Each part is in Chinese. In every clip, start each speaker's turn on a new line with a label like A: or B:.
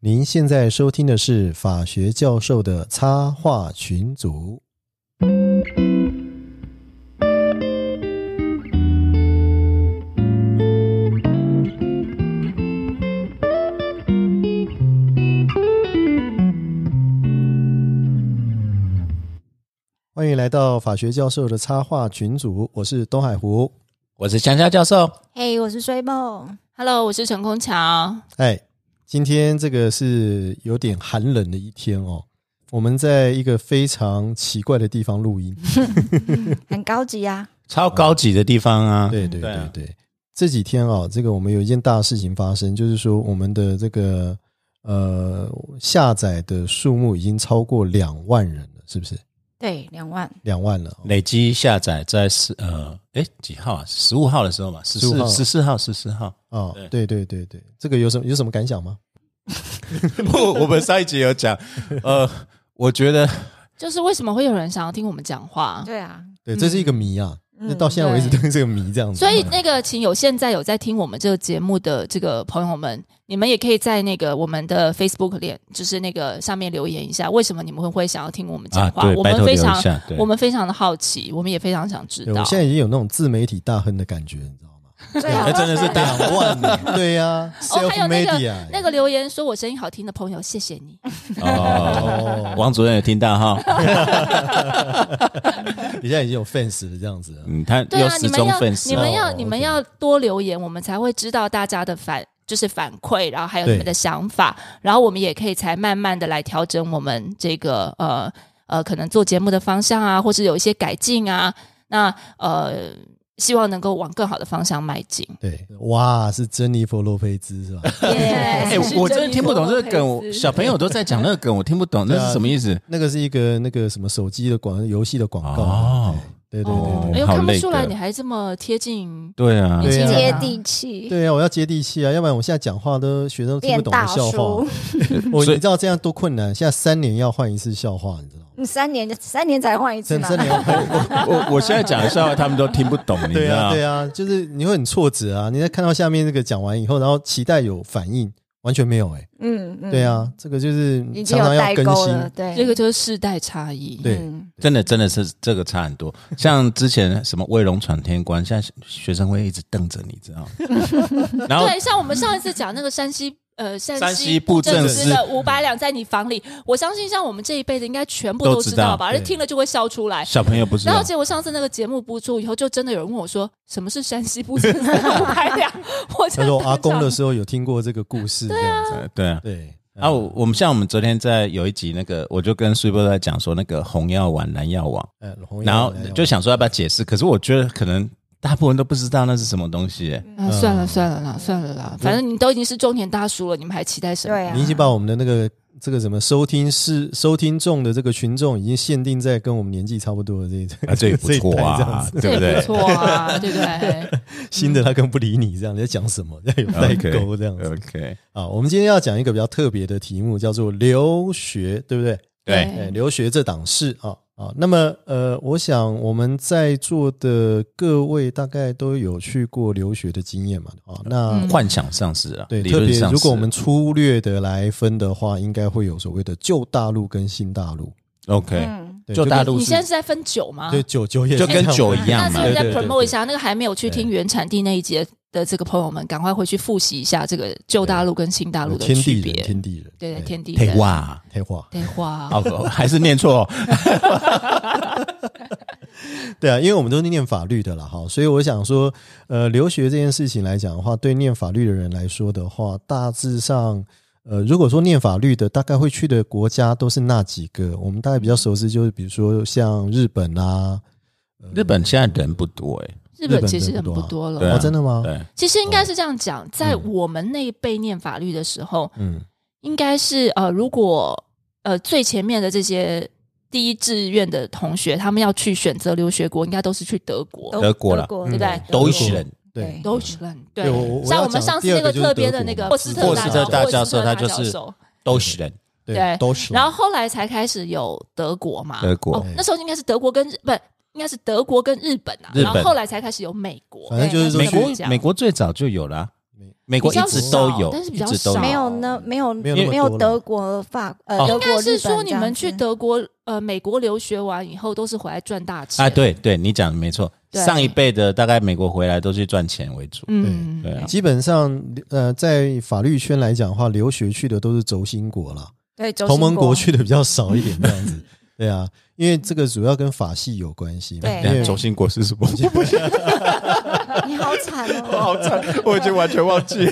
A: 您现在收听的是法学教授的插画群组。欢迎来到法学教授的插画群组，我是东海湖。
B: 我是香蕉教授。
C: 嘿我是睡梦，
D: Hello，我是陈空桥。
A: 哎，今天这个是有点寒冷的一天哦。我们在一个非常奇怪的地方录 音，
C: 很高级啊。
B: 超高级的地方啊！
A: 对对对
B: 啊
A: 对，这几天啊，这个我们有一件大事情发生，就是说我们的这个呃下载的数目已经超过两万人了，是不是？
C: 对，两万，
A: 两万了哦、
B: 累积下载在十呃，哎几号啊？十五号的时候嘛，十
A: 15号
B: 四十四号十四号。
A: 哦，对对对对，这个有什么有什么感想吗？
B: 不，我们上一集有 讲，呃，我觉得
D: 就是为什么会有人想要听我们讲话？
C: 对 啊，
A: 对，这是一个谜啊，那、到现在为止
D: 嗯对
A: 都是这个谜这样子。
D: 所以那个，请有现在有在听我们这个节目的这个朋友们，你们也可以在那个我们的 Facebook 链，就是那个上面留言一下，为什么你们会会想要听我们讲
B: 啊，
D: 话？
B: 对，
D: 我
B: 拜
D: 们
B: 托
D: 非
B: 留一
D: 常，
B: 下。对，
D: 我们非常的好奇，我们也非常想知
A: 对
D: 道
A: 我。现在已经有那种自媒体大亨的感觉，你知道吗？
C: 最
B: 哎真的是大
A: 两万呢，啊 对呀、s
D: 哦
A: e l，f
D: 还有那
A: media
D: 个那个留言说我声音好听的朋友，谢谢你。
B: 哦，王主任有听到 哈？
A: 你现在已经有 fans 了这样子了。
B: 嗯，他
D: 对
B: 又
D: 啊，你
B: 失
D: 们
B: 踪
D: 要
B: 粉丝
D: 你们要
A: 哦
D: 你们
A: OK
D: 要多留言，我们才会知道大家的反就是反馈，然后还有
A: 对
D: 你们的想法，然后我们也可以才慢慢的来调整我们这个呃呃可能做节目的方向啊，或是有一些改进啊。那呃，希望能够往更好的方向迈进。
A: 对，哇，是珍妮佛·洛佩兹是吧？
B: 哎、
C: 耶
D: 哎
B: 我真的听不懂这个梗，
D: 是
B: 我小朋友都在 讲那个梗，我听不懂，那是什么意思？
A: 那个是一个那个什么手机的广游戏的广告。
B: 哦
A: 对对对对
D: 哎
A: 对
D: 呦，
B: 好
D: 看不
B: 累
D: 出来
B: 的
D: 你还这么贴近
B: 对啊，
D: 年
A: 对
D: 轻
A: 啊
D: 人
C: 接
D: 啊
C: 地气，
A: 对啊，我要接地气啊，要不然我现在讲话都学生都听
C: 变
A: 不懂我
C: 大
A: 笑话
C: 叔。。
A: 我你
B: 所以
A: 知道这样多困难？现在三年要换一次笑话，你知道吗？
C: 你三年三年才换一次
A: 三
C: 嘛？
A: 三年要换一 次。
B: 我我现在讲的笑话他们都听不懂，你
A: 对
B: 知
A: 啊，
B: 道？
A: 对啊，就是你会很挫折啊！你在看到下面这个讲完以后，然后期待有反应，完全没有哎、
C: 嗯嗯，
A: 对，啊，这个就是
C: 已经
A: 常
C: 有
A: 常要
C: 代
A: 更
C: 沟
A: 新。
C: 了，对，
D: 这个就是世代差异。
A: 对
C: 嗯
B: 真的真的是这个差 很多。像之前什么卫龙闯天关，现在学生会一直瞪着你，知 道吗？然后
D: 对，像我们上一次讲那个山西。呃，
B: 山
D: 山
B: 西布政
D: 政
B: 司
D: 司的五百两在你房里，我相信像我们这一辈子应该全部
B: 都
D: 都
B: 知
D: 知道
B: 道
D: 吧，而且
A: 对
D: 听了就会笑出来。
B: 小朋友不知
D: 然后
B: 道，
D: 结果上次那个节目播出以后，就真的有人问我说：“什么是山西布政司的五百两？”
A: 他
D: 我真的
A: 说我阿公的
D: 当场
A: 时候有听过这个故事，这样子。
B: 呃对啊。
A: 对，
B: 然后我我们像我们昨天在有一集那个，我就跟 Super 在讲说那个红药丸、蓝药丸，
A: 呃，红
B: 然后
A: 药丸
B: 就想说要不要解释，可是我觉得可能大部分都不知道那是什么东西、 欸
A: 嗯
D: 啊，算了算了啦，算了啦，反正你都已经是中年大叔了，你们还期待什么？
C: 对啊，
A: 你已经把我们的那个这个什么收听是收听众的这个群众已经限定在跟我们年纪差不多 的这一代，
B: 啊，这也不
A: 一
B: 错
A: 代这样
B: 啊
A: 子，
B: 对不
D: 这也
B: 对
D: 不？错啊，对不对？
A: 新的他更不理你，这样你在讲什么？这样有代
B: OK，
A: 沟这样子
B: OK，
A: 啊。我们今天要讲一个比较特别的题目，叫做留学，对不对？
B: 对，
A: 哎，留学这档事啊啊。那么呃，我想我们在座的各位大概都有去过留学的经验嘛啊。那
D: 嗯
B: 幻想上市啊，
A: 对，
B: 理
A: 特
B: 论
A: 别
B: 上
A: 如果
B: 是
A: 我们粗略的来分的话，应该会有所谓的旧大陆跟新大陆。
B: OK，
C: 嗯，
A: 对
B: 就 大陆
D: 你啊
B: 是
D: 现在是在分酒吗？
A: 对九九也
B: 就是跟
A: 这样啊
B: 酒
A: 分
B: 一样
D: 那
B: 嘛
D: 是不是再
A: 对对对
D: promote 一下那个还没有去听
A: 对
D: 原产地那一节的这个朋友们，赶快回去复习一下这个旧大陆跟新大陆的
A: 天
D: 区
A: 地
D: 别
A: 人，。天地人，
D: 对对，天地
B: 配
D: 人。
B: 哇，
A: 黑话，
D: 对话，
B: 哦，还是念错 哦，
A: 对啊，因为我们都是念法律的啦，哈，所以我想说，呃，留学这件事情来讲的话，对念法律的人来说的话，大致上，呃，如果说念法律的，大概会去的国家都是那几个，我们大概比较熟知，就是比如说像日本啊，
B: 日本现在人不多哎、
D: 日
A: 日本
D: 本其实
A: 人
D: 人
A: 不
D: 不
A: 多啊
D: 多了。
B: 对啊
A: 哦，真的吗？
B: 对，
D: 其实应该是这样讲，在我们那一辈念法律的时候，
A: 嗯，
D: 应该是呃，如果呃最前面的这些第一志愿的同学，他们要去选择留学国，应该都是去德国，
B: 德国啦
C: 国
A: 嗯
D: 对不对？
B: 都是人，
A: 对，
D: 都是人
A: 对我我
D: 对，
A: 要
D: 像我们
A: 讲
D: 上次
A: 第二
D: 那个
A: 个就是
D: 特别
A: 德
D: 的
A: 国嘛
D: 那个霍斯特
B: 霍斯特大教授
D: 大
B: 他就是
D: 授
B: 都是人，
A: 对，
D: 对
A: 都是。
D: 然后后来才开始有德国嘛，
B: 德国哎
D: 哦、那时候应该是德国跟日不应该是德国跟日本啊，
B: 日本
D: 然后后来才开始有美国
A: 反，正就是说
B: 美
A: 去
B: 国美国最早就有啦，
A: 没
B: 美国一直都有，
D: 比较少但是比
B: 一
D: 较
B: 直都
D: 少
C: 没
B: 有。
C: 有呢，没有
A: 哦没有那么
C: 没有
A: 多了
C: 德国、法呃，
B: 哦
C: 德
B: 应
D: 但
C: 国、
D: 是
C: 日本
D: 说你
C: 这
D: 们
C: 样
D: 去
C: 子
D: 德国呃美国留学完以后都是回来赚大钱
B: 啊，，对对，你讲的没错。
D: 对
B: 上一辈的大概美国回来都是赚钱为主，
D: 嗯，
B: 对啊
A: 基本上呃，在法律圈来讲的话，留学去的都是轴心国啦，
C: 对轴
A: 同
C: 心
A: 盟国去的比较少一点，这样 子。对啊，因为这个主要跟法系有关系嘛。
C: 对
A: 因
B: 等
A: 为
B: 下轴心国是什么？ 我不想
C: 你好惨 哦，
B: 好惨，我已经完全忘记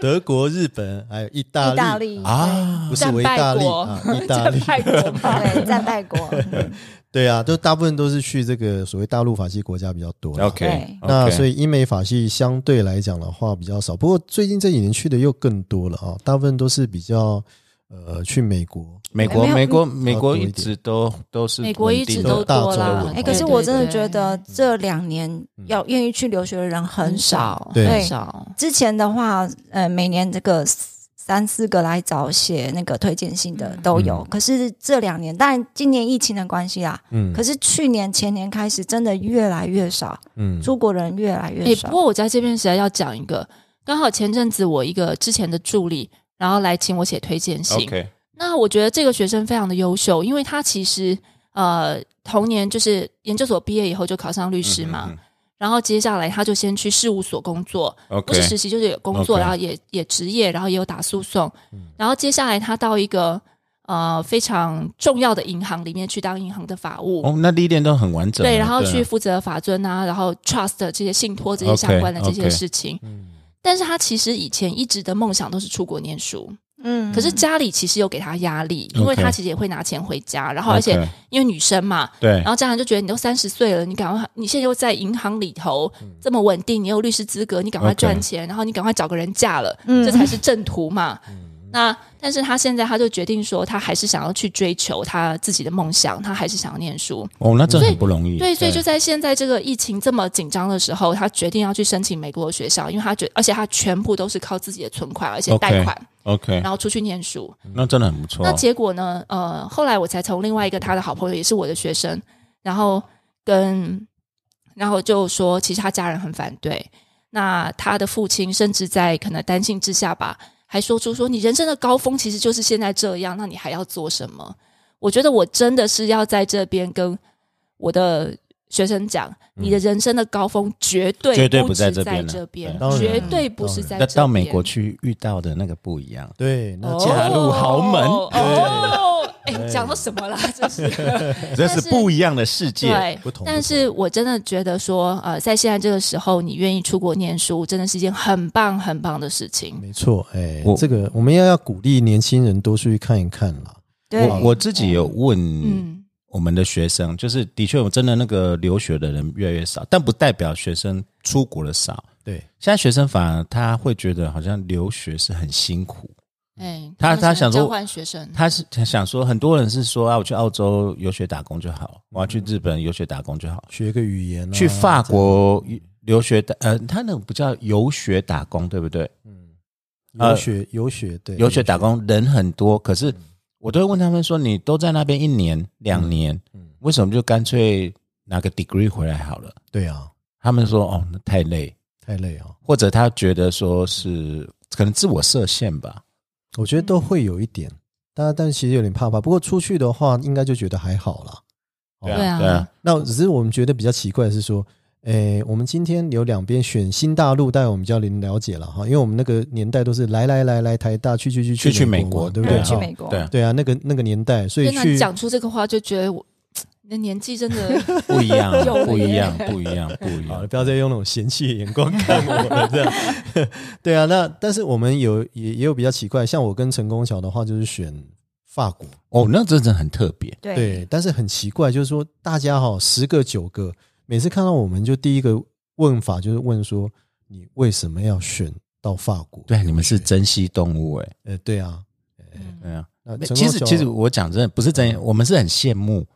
A: 德国、日本还有意大
C: 意大
A: 利，啊
C: 利，
B: 啊
A: 不。是维大利啊， 意大利。
D: 派国嘛，
C: 对，战败 国，嗯
A: 对啊，都大部分都是去这个所谓大陆法系国家比较多啦。
B: OK，
C: 对
A: 那所
B: 以
A: 以英美法系相对来讲的话比较少，不过最近这几年去的又更多了啊，大部分都是比较呃去美国，
B: 美国
C: 没有
B: 美国美国
A: 多一
B: 一
A: 点
B: 直都都是
D: 美国一直
B: 稳定的
D: 都多
A: 大
D: 啦
A: 洲文。化
C: 哎，可是
A: 对
C: 我
A: 对
C: 真的觉得这两年
A: 嗯
C: 要愿意去留学的人很
D: 很
C: 少。
D: 少，
A: 对
D: 很少，
C: 之前的话，呃，每年这个四三四个来找写那个推荐信的
D: 嗯
C: 都有，
B: 嗯
C: 可是这两年，当然今年疫情的关系啦，
A: 嗯，
C: 可是去年前年开始真的越来越少，
A: 嗯
C: 出国人越来越
D: 哎、
C: 少
D: 不。过我在这边实在要讲一个，刚好前阵子我一个之前的助理，然后来请我写推荐信。
B: OK，嗯
D: 那我觉得这个学生非常的优秀，因为他其实呃同年就是研究所毕业以后就考上律师嘛，
B: 嗯
D: 然后接下来他就先去事务所工作，
B: 嗯嗯
D: 不是实
B: ？OK，
D: 习就是有工作
B: OK 嗯
D: 然后也也职业，然后也有打诉讼，然后接下来他到一个呃非常重要的银行里面去当银行的法务。
B: 哦，那历练都很完整了。
D: 对，然后
B: 啊
D: 去负责法尊啊，然后 trust 这些信托这些
B: OK，
D: 相关的这些
B: OK 嗯
D: 事情。但是他其实以前一直的梦想都是出国念书，
C: 嗯
D: 可是家里其实有给他压力，因为
B: OK
D: 他其实也会拿钱回家，然后而且
B: OK，哎
D: 因为女生嘛，
B: 对
D: 然后家人就觉得你都三十岁了，你赶快，你现在又在银行里头这么稳定，你有律师资格，你赶快
B: 嗯 OK
D: 赚钱，然后你赶快找个人嫁了，
C: 嗯
D: 这才是正途嘛。
B: 嗯
D: 那但是他现在他就决定说，他还是想要去追求他自己的梦想，他还是想要念书。
B: 哦，那这
D: 所以
B: 很不容易。
D: 对，所以就在现在这个疫情这么紧张的时候，他决定要去申请美国的学校，因为他觉而且他全部都是靠自己的存款，而且
B: OK 哎
D: 贷款
B: OK，
D: 然后出去念书。
B: 那真的很不错
D: 那。结果呢？呃，后来我才从另外一个他的好朋友，也是我的学生，然后跟然后就说，其实他家人很反对。那他的父亲甚至在可能担心之下吧，还说出说你人生的高峰其实就是现在这样，那你还要做什么？我觉得我真的是要在这边跟我的学生讲，你的人生的高峰绝对
B: 嗯绝对不
D: 不
B: 在
D: 止
B: 这
D: 在
B: 边了
D: 这边
B: 对
A: 当，然
D: 绝对不是
A: 当然
D: 在
B: 那
D: 这
B: 到美
D: 边
B: 国去遇到的那个不一样。
A: 对，那
D: 哦，
A: 既然
B: 入豪门
D: 哦，哎，讲到什么 啦？真是
B: 这
D: 是
B: 是不一样的世界。
D: 对
A: 不。同，
D: 但是我真的觉得说，呃，在现在这个时候，你愿意出国念书，真的是一件很棒很棒的事情。
A: 没错，哎
B: 我，
A: 这个我们要要鼓励年轻人多出去看一看啦。
C: 对，
B: 我我自己有问
D: 嗯，
B: 我们的学生，就是的确，我真的那个留学的人越来越少，但不代表学生出国的少。
A: 对，
B: 现在学生反而他会觉得好像留学是很辛苦，
D: 哎，
B: 他他
D: 们现在
B: 想说
D: 交换学生，
B: 他是他想说，很多人是说啊，我去澳洲留学打工就好，我要去日本留学打工就好，
A: 学个语言啊，
B: 去法国留学打呃，他那个不叫游学打工，对不对？
A: 嗯
B: 呃
A: 游学游学，对，
B: 游学打工人很多，可是我都会问他们说，你都在那边一年两年，为什么就干脆拿个 degree 回来好了？
A: 对啊，
B: 他们说哦，那太累，
A: 太累啊，
B: 或者他觉得说是可能自我设限吧。
A: 我觉得都会有一点，大家但其实有点怕怕。不过出去的话，应该就觉得还好啦。哦
D: 对啊
B: 对啊，
A: 那只是我们觉得比较奇怪的是说，诶，我们今天有两边选新大陆，但我们比较零了解了哈，因为我们那个年代都是来来来来台大去去去
B: 去去美
A: 国
B: 国
A: 嘛，对不对？
B: 对
C: 去
A: 哈
C: 美国，
B: 对啊，
A: 对啊，那个那个年代，所以
D: 天哪，
A: 去
D: 你讲出这个话就觉得我你的年纪 真的
B: 啊不一样
D: 有耶，
B: 不一样，不一样，不一
A: 好了，
B: 样。
A: 不要再用那种嫌弃的眼光 看我了，这样。对啊，那但是我们有也也有比较奇怪，像我跟陈功桥的话，就是选法国，
B: 哦，那真的很特别。
C: 对
A: 对，但是很奇怪，就是说大家哈、十个九个，每次看到我们就第一个问法就是问说，你为什么要选到法国？
B: 对，啊你们是珍稀动物哎。
A: 呃，对啊，
D: 嗯
B: 对啊，
A: 那
B: 那
A: 呃陈
B: 其
A: 功
B: 实
A: 桥
B: 其实我讲真的不是真的，我们是很羡慕，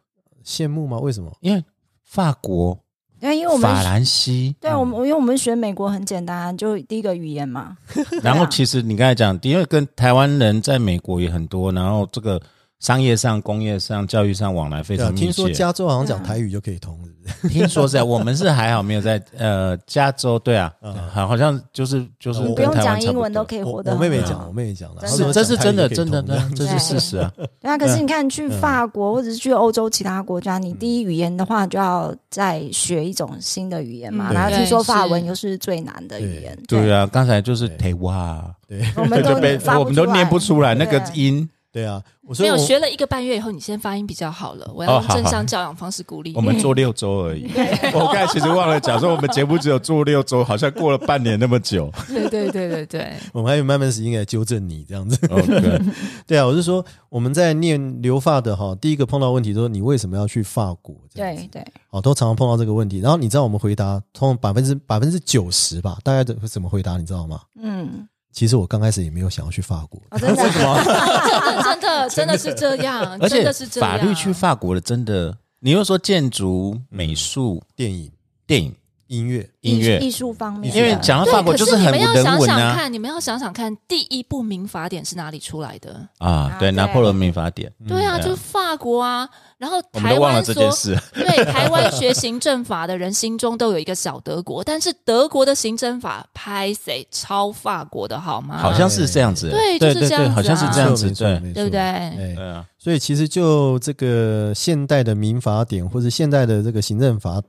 A: 羡慕吗？为什么？
B: 因为法国、
C: 对，因为我们
B: 法兰嗯西，
C: 对我们因为我们选美国很简单，啊就第一个语言嘛，
B: 啊然后其实你刚才讲，因为跟台湾人在美国也很多，然后这个商业上、工业上、教育上往来非
A: 对啊，
B: 常密
A: 听说
B: 切。
A: 加州好像讲
C: 对啊
A: 台语就可以通，是不是？
B: 听说是在我们是还好没有在呃加州，对啊，好好像就是就是
C: 你不
B: 跟
C: 用
B: 台湾
C: 讲
B: 差
C: 英
B: 嗯不
C: 文都
B: 多。
C: 可以
A: 我
C: 活得
A: 我妹妹
C: 很好
A: 讲，我妹妹讲了，啊
C: 真
A: 她说
C: 的
A: 讲
B: 这是
A: 台语
B: 真的，
A: 就可以
B: 真的，
A: 通
B: 真的
A: 这
B: 这
A: 样
B: 是
C: 对
B: 事实啊。
C: 对啊，可是你看，去
B: 嗯
C: 法国或者是去欧洲其他国家，你第一语言的话就要再学一种新的语言嘛。
A: 嗯
C: 然后
A: 对
C: 听说法
D: 是
C: 文又是最难的语言，
B: 对啊，刚才就是
A: 对
B: 台哇，
A: 对
C: 我们 都
B: 就被
C: 发
B: 我们都
C: 出来
B: 念不出来那个
C: 对
B: 音。
A: 对啊，我说
D: 没有
A: 我
D: 学了一个半月以后，你先发音比较好了。我要
B: 哦
D: 用
B: 好
D: 正
B: 好
D: 向教养方式鼓励你。
B: 我们做六周 而已。我刚才其实忘了讲说，我们节目只有做六周，好像过了半年那么 久。
D: 对对对对 对，
A: 我们还有慢慢时间来纠正你这样子。
B: OK，
A: 对啊，我是说我们在念留发的哈，第一个碰到问题就是你为什么要去法国？这样子
C: 对对，
A: 哦，都常常碰到这个问题。然后你知道我们回答，通常百分之百分之九十吧，大概的会怎么回答？你知道吗？
C: 嗯，
A: 其实我刚开始也没有想要去法国，
C: 哦，真的啊，
D: 真的真的是这样，
B: 而
D: 啊真
B: 且
D: 的是这样。
B: 法律去法国的真的，你又说建筑、美术、
A: 电影、
B: 电影、
A: 音乐，
B: 音乐
C: 艺，术方面的，
B: 因为讲到
D: 对，
B: 法国
D: 可
B: 就是
D: 你
B: 很
D: 们要
B: 人
D: 想
B: 文
D: 想
B: 啊
D: 看，你们要想想看，第一部民法典是哪里出来的？
B: 啊，对，
C: 啊对
B: 拿破仑民法典，
D: 对啊，
B: 对啊
D: 就是法国啊。然后
B: 我们
D: 台
B: 都忘了
D: 湾
B: 这
D: 所
B: 件事。
D: 对台湾学行政法的人心中都有一个小德国，但是德国的行政法拍谁超法国的好吗？
B: 好像是这样子，
D: 啊对
B: 对
D: 就是
B: 对
D: 这样
B: 对，
D: 子啊
B: 好像是这样子，
A: 没错
B: 对，
A: 没错
D: 对不对？
A: 哎
B: 对啊，
A: 所以其实就这个现代的民法典或者现代的这个行政法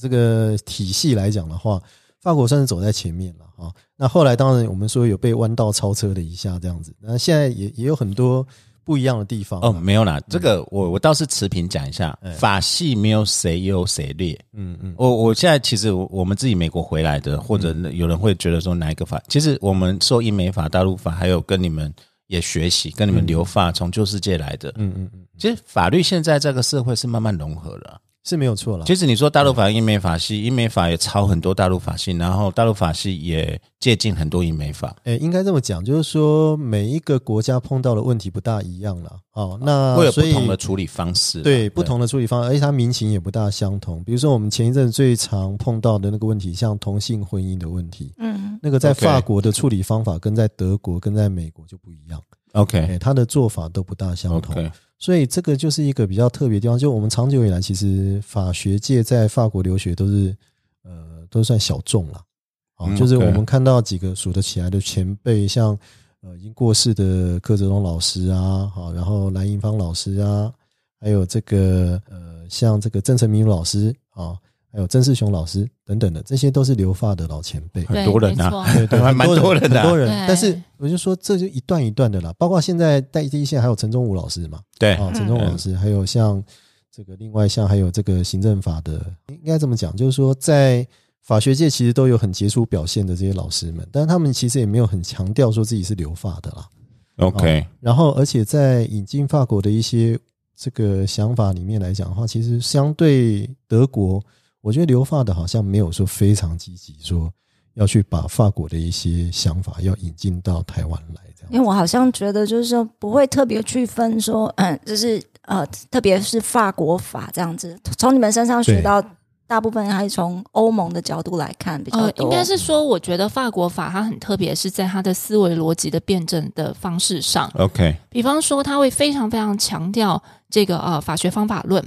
A: 这个体系来讲的话，法国算是走在前面了啊、那后来当然我们说有被弯道超车了一下这样子，那现在也也有很多不一样的地方啊
B: 哦，没
A: 嗯
B: 有啦，这个我我倒是持平讲一下
A: 哎，
B: 法系没有谁优谁劣。
A: 嗯嗯
B: 我我现在其实我我们自己美国回来的，或者有人会觉得说哪一个法，其实我们受英美法、大陆法，还有跟你们也学习，跟你们留法，从旧世界来的。
A: 嗯嗯嗯，
B: 其实法律现在这个社会是慢慢融合了啊。
A: 是没有错了。
B: 其实你说大陆法、英美法系，英美法也抄很多大陆法系，然后大陆法系也借鉴很多英美法。
A: 诶，应该这么讲，就是说每一个国家碰到的问题不大一样了。哦，那
B: 啊会有不
A: 所以
B: 同的处理方式啦，啊
A: 对不同的处理方案，而且它民情也不大相同。比如说我们前一阵最常碰到的那个问题，像同性婚姻的问题，
C: 嗯，
A: 那个在
B: OK
A: 法国的处理方法跟在德国跟在美国就不一样，
B: OK
A: 诶，它的做法都不大相同。
B: 哎 OK，
A: 所以这个就是一个比较特别的地方。就我们长久以来，其实法学界在法国留学都是呃都算小众了。啊，
B: 嗯
A: 就是我
B: OK
A: 们看到几个数得起来的前辈，像呃已经过世的柯泽龙老师啊，好，然后蓝银芳老师啊，还有这个呃像这个郑成明老师啊，还有郑世雄老师等等的，这些都是留法的老前辈。
B: 很多人啊
D: 对 没错
A: 对对，
B: 还
A: 很
B: 蛮多人的啊
A: 很多人
D: 对。
A: 但是我就说，这就一段一段的啦。包括现在在第一线还有陈忠武老师嘛，
B: 对，
A: 啊，陈忠武老
B: 嗯
A: 师，还有像这个另外像还有这个行政法的，应该这么讲，就是说在法学界其实都有很杰出表现的这些老师们，但是他们其实也没有很强调说自己是留法的啦。
B: OK，
A: 然后，而且在引进法国的一些这个想法里面来讲的话，其实相对德国，我觉得留法的好像没有说非常积极说。要去把法国的一些想法要引进到台湾来，这样子
C: 因为我好像觉得就是说不会特别去分说，嗯， 就是呃，特别是法国法这样子，从你们身上学
A: 对
C: 到大部分还是从欧盟的角度来看比较
D: 呃，
C: 多，
D: 应该是说，我觉得法国法它很特别，是在它的思维逻辑的辩证的方式上。
A: 哦
B: OK，
D: 比方说，他会非常非常强调这个呃法学方法论，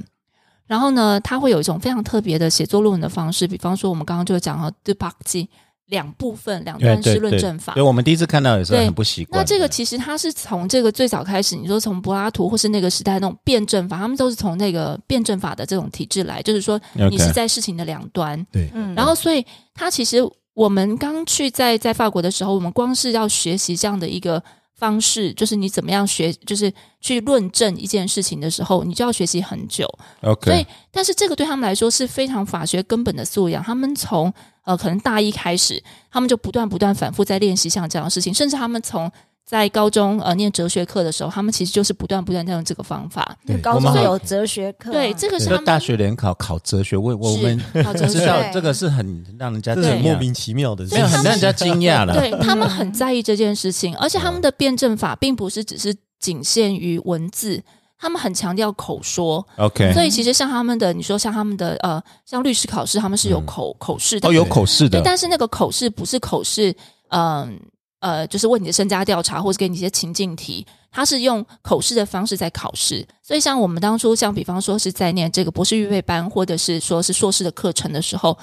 D: 然后呢，他会有一种非常特别的写作论文的方式。比方说，我们刚刚就讲到 d u p a c i 两部分两段式论证法
B: 对，。我们第一次看到也是
D: 对
B: 很不习惯的。
D: 那这个其实它是从这个最早开始，你说从柏拉图或是那个时代那种辩证法，他们都是从那个辩证法的这种体制来，就是说你
B: OK
D: 是在事情的两端，
A: 对，
C: 嗯，
D: 然后，所以他其实我们刚去在在法国的时候，我们光是要学习这样的一个方式，就是你怎么样学，就是去论证一件事情的时候，你就要学习很久。所以
B: OK，，
D: 但是这个对他们来说是非常法学根本的素养。他们从呃可能大一开始，他们就不断不断反复在练习像这样的事情，甚至他们从在高中呃念哲学课的时候，他们其实就是不断不断在用这个方法。
C: 因为
A: 对
C: 高
B: 我们
C: 中
B: 好
C: 有哲学课啊，
D: 对，这个是
B: 就
D: 他们
B: 大学联考考哲学，我我
D: 是
B: 们
D: 考 哲
B: 知道
C: 对
B: 这个是很让人家
A: 这
B: 惊
A: 是很莫
B: 讶，
A: 名其妙的事情，
B: 没有很让人家惊讶了。
D: 对他们很在意这件事情，而且他们的辩证法并不是只是仅限于文字，他们很强调口说。
B: OK，
D: 所以其实像他们的，你说像他们的呃，像律师考试，他们是有口、口试的，
B: 哦，有口试
D: 对
B: 的，
D: 但是那个口试不是口试，嗯、呃，就是问你的身家调查，或是给你一些情境题，它是用口试的方式在考试。所以，像我们当初，像比方说是在念这个博士预备班，或者是说是硕士的课程的时候，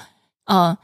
D: 呃，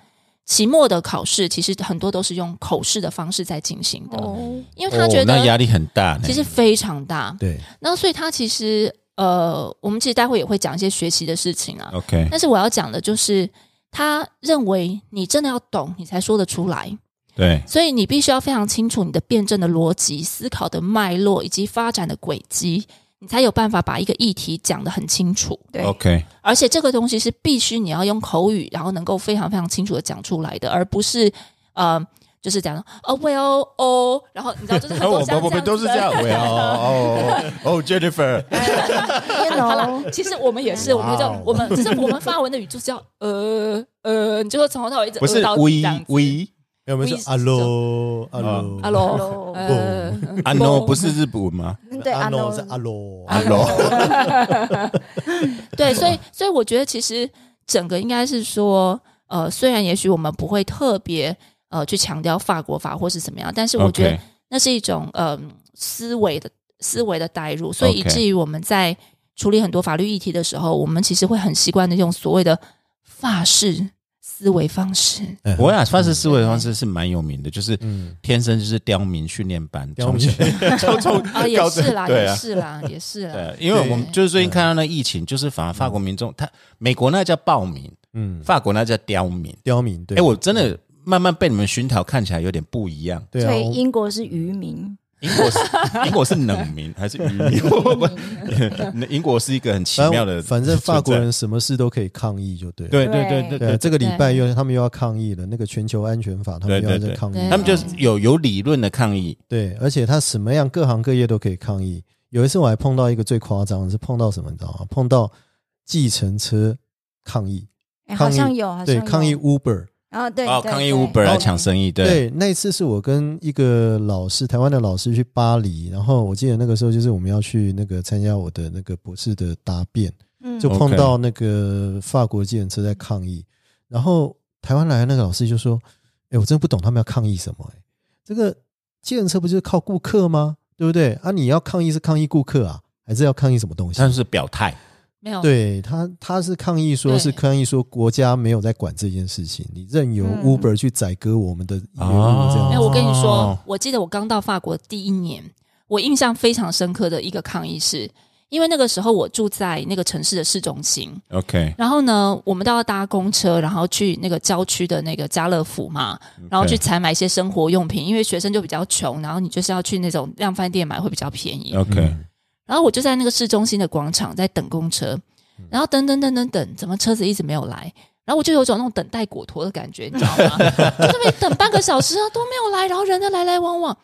D: 期末的考试其实很多都是用口试的方式在进行的，
C: 哦，
D: 因为他觉
B: 哦、那压
D: 得
B: 力很大呢。
D: 其实非常大。
A: 对，
D: 那所以他其实呃，我们其实待会也会讲一些学习的事情啊。
B: OK，
D: 但是我要讲的就是，他认为你真的要懂，你才说得出来。
B: 对
D: 所以你必须要非常清楚你的辩证的逻辑、思考的脉络以及发展的轨迹，你才有办法把一个议题讲得很清楚。
C: 对，
B: ，OK，
D: 而且这个东西是必须你要用口语，然后能够非常非常清楚的讲出来的，而不是呃，就是讲哦，well 哦，然后你知 道，就是很多像这样子的
B: 喂哦哦哦，Jennifer，
C: 天
D: 好啦
C: 哦，，
D: 其实我们也是，我们就
A: 哇哦
D: 我们就是我们发文的语就是要呃呃，你就会从头到尾一直
B: 不是
D: 呃到底
B: 喂
D: 这样子
B: 喂
A: 没有没有
D: 不
A: 说 hello hello
D: ，hello，
C: Hello
D: 呃，
B: 啊 no，不是日本文 吗
C: 对，
A: 阿
C: 阿
A: 诺
C: 诺
A: 是
B: 啊
A: 阿罗，
B: ？Hello，
D: 对，所以所以我觉得其实整个应该是说，呃，虽然也许我们不会特别呃去强调法国法或是怎么样，但是我觉得
B: OK
D: 那是一种呃思维的思维的代入，所以以
B: OK
D: 至于我们在处理很多法律议题的时候，我们其实会很习惯的用所谓的法式思维方式。
B: 我
A: 哎
B: 想法式思维的方式是蛮有名的，就是
A: 嗯
B: 天生就是刁民训练班，
A: 刁民
B: 从小从从
D: 啊，也
B: 高中
D: 是啦，
B: 对
D: 也
B: 啊。
D: 是啦，也是啦。
B: 对，因为我们就是最近看到那疫情，就是反而法国民众，他美国那叫暴民，
A: 嗯，
B: 法国那叫刁民。
A: 刁民对，
B: 哎，我真的慢慢被你们熏陶，看起来有点不一样。
A: 对
C: 所
A: 啊，
C: 以
A: 我
C: 英国是渔民，
B: 英 国是英国是冷民还是愚民？英国是一个很奇
A: 反
B: 妙
A: 正
B: 的存
A: 反
B: 在，
A: 正法国人什么事都可以抗议，就对了。
B: 对对对对
C: 对
A: 对啊，
B: 对，
A: 这个礼拜又他们又要抗议了，那个全球安全法他们又要
B: 对对
A: 在
B: 对
A: 抗议
D: 对，
B: 他们就是有有理论的抗议，
A: 对，而且他什么样各行各业都可以抗议。有一次我还碰到一个最夸张的是碰到什么，你知道吗？碰到计程车抗议，
C: 哎
A: 抗
C: 好
A: 议
C: 像有，好像
A: 对，
C: 有
A: 抗议 Uber。
C: 啊，对，
B: 哦，
C: 对
B: 抗议
C: 对
B: Uber 来抢生意，对，
A: 对，那一次是我跟一个老师，台湾的老师去巴黎，然后我记得那个时候就是我们要去那个参加我的那个博士的答辩，
C: 嗯
A: 就
B: OK
A: 碰到那个法国计程车在抗议，然后台湾来的那个老师就说：“哎、我真的不懂他们要抗议什么、哎，这个计程车不就是靠顾客吗？对不对？啊，你要抗议是抗议顾客啊，还是要抗议什么东西
B: 他？”们是表态，
D: 没
B: 哦
D: 有，
A: 对他，他是抗议说，
D: 对
A: 是抗议说国家没有在管这件事情，你任由
C: 嗯
A: Uber 去宰割我们的业务
B: 哦
A: 这样子。
D: 没哎有，我跟你说
B: 哦，
D: 我记得我刚到法国第一年，我印象非常深刻的一个抗议是，因为那个时候我住在那个城市的市中心，
B: OK，
D: 然后呢，我们都要搭公车，然后去那个郊区的那个家乐福嘛，然后去采买一些生活用品，因为学生就比较穷，然后你就是要去那种量贩店买会比较便宜。
B: OK，
A: 嗯
D: 然后我就在那个市中心的广场在等公车，然后等等等等等，怎么车子一直没有来？然后我就有种那种等待果陀的感觉，你知道吗？就是每等半个小时啊都没有来，然后人在来来往往。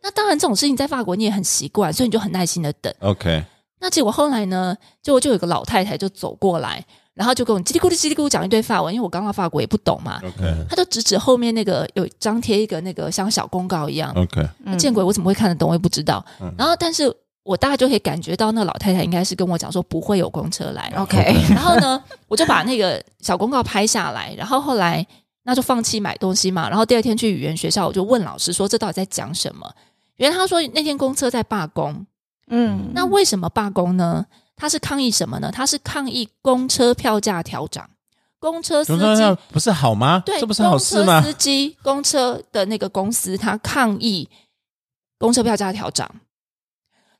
D: 那当然，这种事情在法国你也很习惯，所以你就很耐心的等。
B: OK，
D: 那结果后来呢，结果就有一个老太太就走过来，然后就跟我叽里咕噜叽里咕噜讲一堆法文，因为我刚到法国也不懂嘛，
B: OK，
D: 她就指指后面那个有张贴一个那个像小公告一样，
B: OK，
C: 嗯
D: 见鬼，我怎么会看得懂？我也不知道。
B: 嗯
D: 然后，但是我大概就可以感觉到，那个老太太应该是跟我讲说不会有公车来。
C: ，OK，
D: 然后 呢，我就把那个小公告拍下来，然后后来那就放弃买东西嘛。然后第二天去语言学校，我就问老师说这到底在讲什么？原来他说那天公车在罢工，
C: 嗯，
D: 那为什么罢工呢？他是抗议什么呢？他是抗议公车票价调涨，公车司
B: 总之
D: 机
B: 不是好吗？
D: 对，
B: 这不是好事吗
D: 公车司机、公车的那个公司，他抗议公车票价调涨。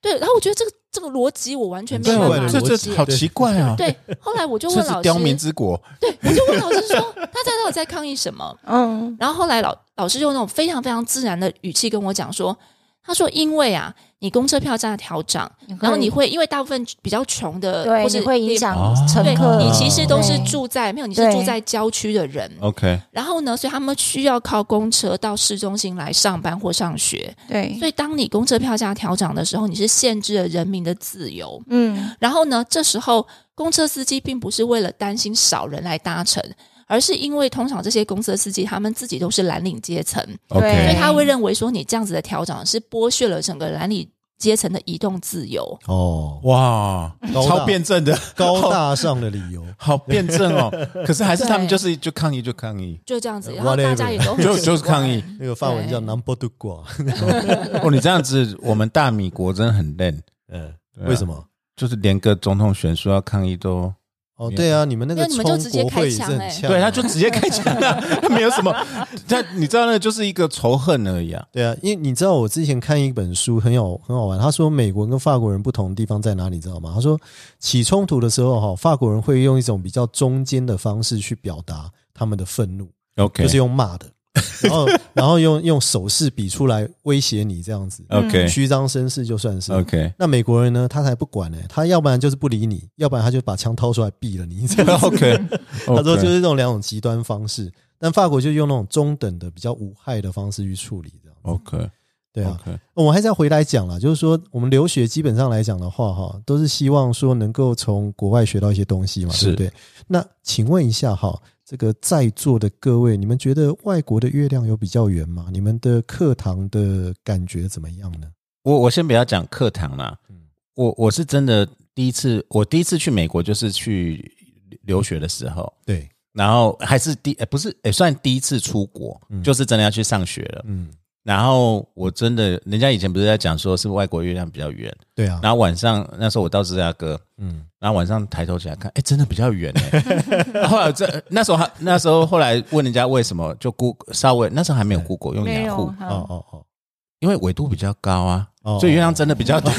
D: 对，然后我觉得这个这个逻辑我完全没
B: 对
D: 有
A: 怪的
D: 办法
B: 这
A: 逻
D: 理
A: 辑
B: 这
D: 解。
B: 好奇怪啊！
D: 对，后来我就
B: 这
D: 问
B: 是
D: 老
B: 刁民
D: 师，
B: 之国，
D: 对我就问老师说，大家到底在抗议什么？
C: 嗯，
D: 然后后来老老师用那种非常非常自然的语气跟我讲说，他说因为啊，你公车票价调涨，然后你会因为大部分比较穷的，
C: 对，
D: 呃或是
C: 你会影
D: 地
C: 响
B: 哦
C: 乘
D: 对
C: 客，
D: 你其实都是
C: 对
D: 住在没有，你是
C: 对
D: 住在郊区的人，
B: OK，
D: 然后呢，所以他们需要靠公车到市中心来上班或上学。
B: 嗯
C: 对，
D: 所以，当你公车票价调涨的时候，你是限制了人民的自由。
C: 嗯，
D: 然后呢，这时候公车司机并不是为了担心少人来搭乘，而是因为通常这些公车司机他们自己都是蓝领阶层，
C: 对
D: 所以
B: OK，
D: 他会认为说你这样子的调整是剥削了整个蓝领阶层的移动自由。
A: 哦，
B: 哇，
A: 高大
B: 超辩证的，
A: 高大上的理 由，
B: 好辩证 哦。可是还是他们就是就抗议就抗议，
D: 就这样子，然后大家也都很
B: 就
D: 奇
B: 就是
D: 怪
B: 抗议。
A: 那个范文叫
D: 对
A: number two 挂，
B: 哦，你这样子，我们大米国真的很嫩，
A: 嗯，
B: 对啊
A: 为什么？
B: 就是连个总统选书要抗议都，
A: 哦，对啊，你们那个
D: 那你们就直接
A: 冲国会
D: 开枪
A: 是很
D: 欸
A: 呛
B: 对，
A: 啊
B: 他就直接开枪了，他没有什么，他你知道那就是一个仇恨而已啊。
A: 对啊，因为你知道我之前看一本书很有很好玩，他说美国人跟法国人不同的地方在哪里，你知道吗？他说起冲突的时候哈，法国人会用一种比较中间的方式去表达他们的愤怒，
B: OK，
A: 就是用骂的，然 后然后用用手势比出来威胁你这样子，
B: OK
A: 虚张声势就算是
B: OK，
A: 那美国人呢，他才不管呢、他要不然就是不理你，要不然他就把枪掏出来毙了你。这样
B: OK，
A: 他说就是这种两种极端方式，但法国就用那种中等的、比较无害的方式去处理，这样
B: OK，
A: 对啊。
B: OK，
A: 我还是要回来讲啦，就是说我们留学基本上来讲的话，哈，都是希望说能够从国外学到一些东西嘛，
B: 是
A: 对不对？那请问一下哈，这个在座的各位，你们觉得外国的月亮有比较圆吗？你们的课堂的感觉怎么样呢？
B: 我我先不要讲课堂啦，
A: 嗯
B: 我我是真的第一次，我第一次去美国就是去留学的时候，
A: 对，
B: 然后还是第、呃不是也、算第一次出国，就是真的要去上学了。
A: 嗯，
B: 然后我真的，人家以前不是在讲说是外国月亮比较圆，
A: 对啊，
B: 然后晚上那时候我到芝加哥，
A: 嗯，
B: 然后晚上抬头起来看，哎，真的比较远哎。后来这那时候还那时候后来问人家为什么，就 Google 稍微那时候还没有 Google 用
D: 没
B: 雅虎
D: 有，，哈
A: 哦哦哦，
B: 因为纬度比较高啊，
A: 哦
B: 所以月亮真的比较 大，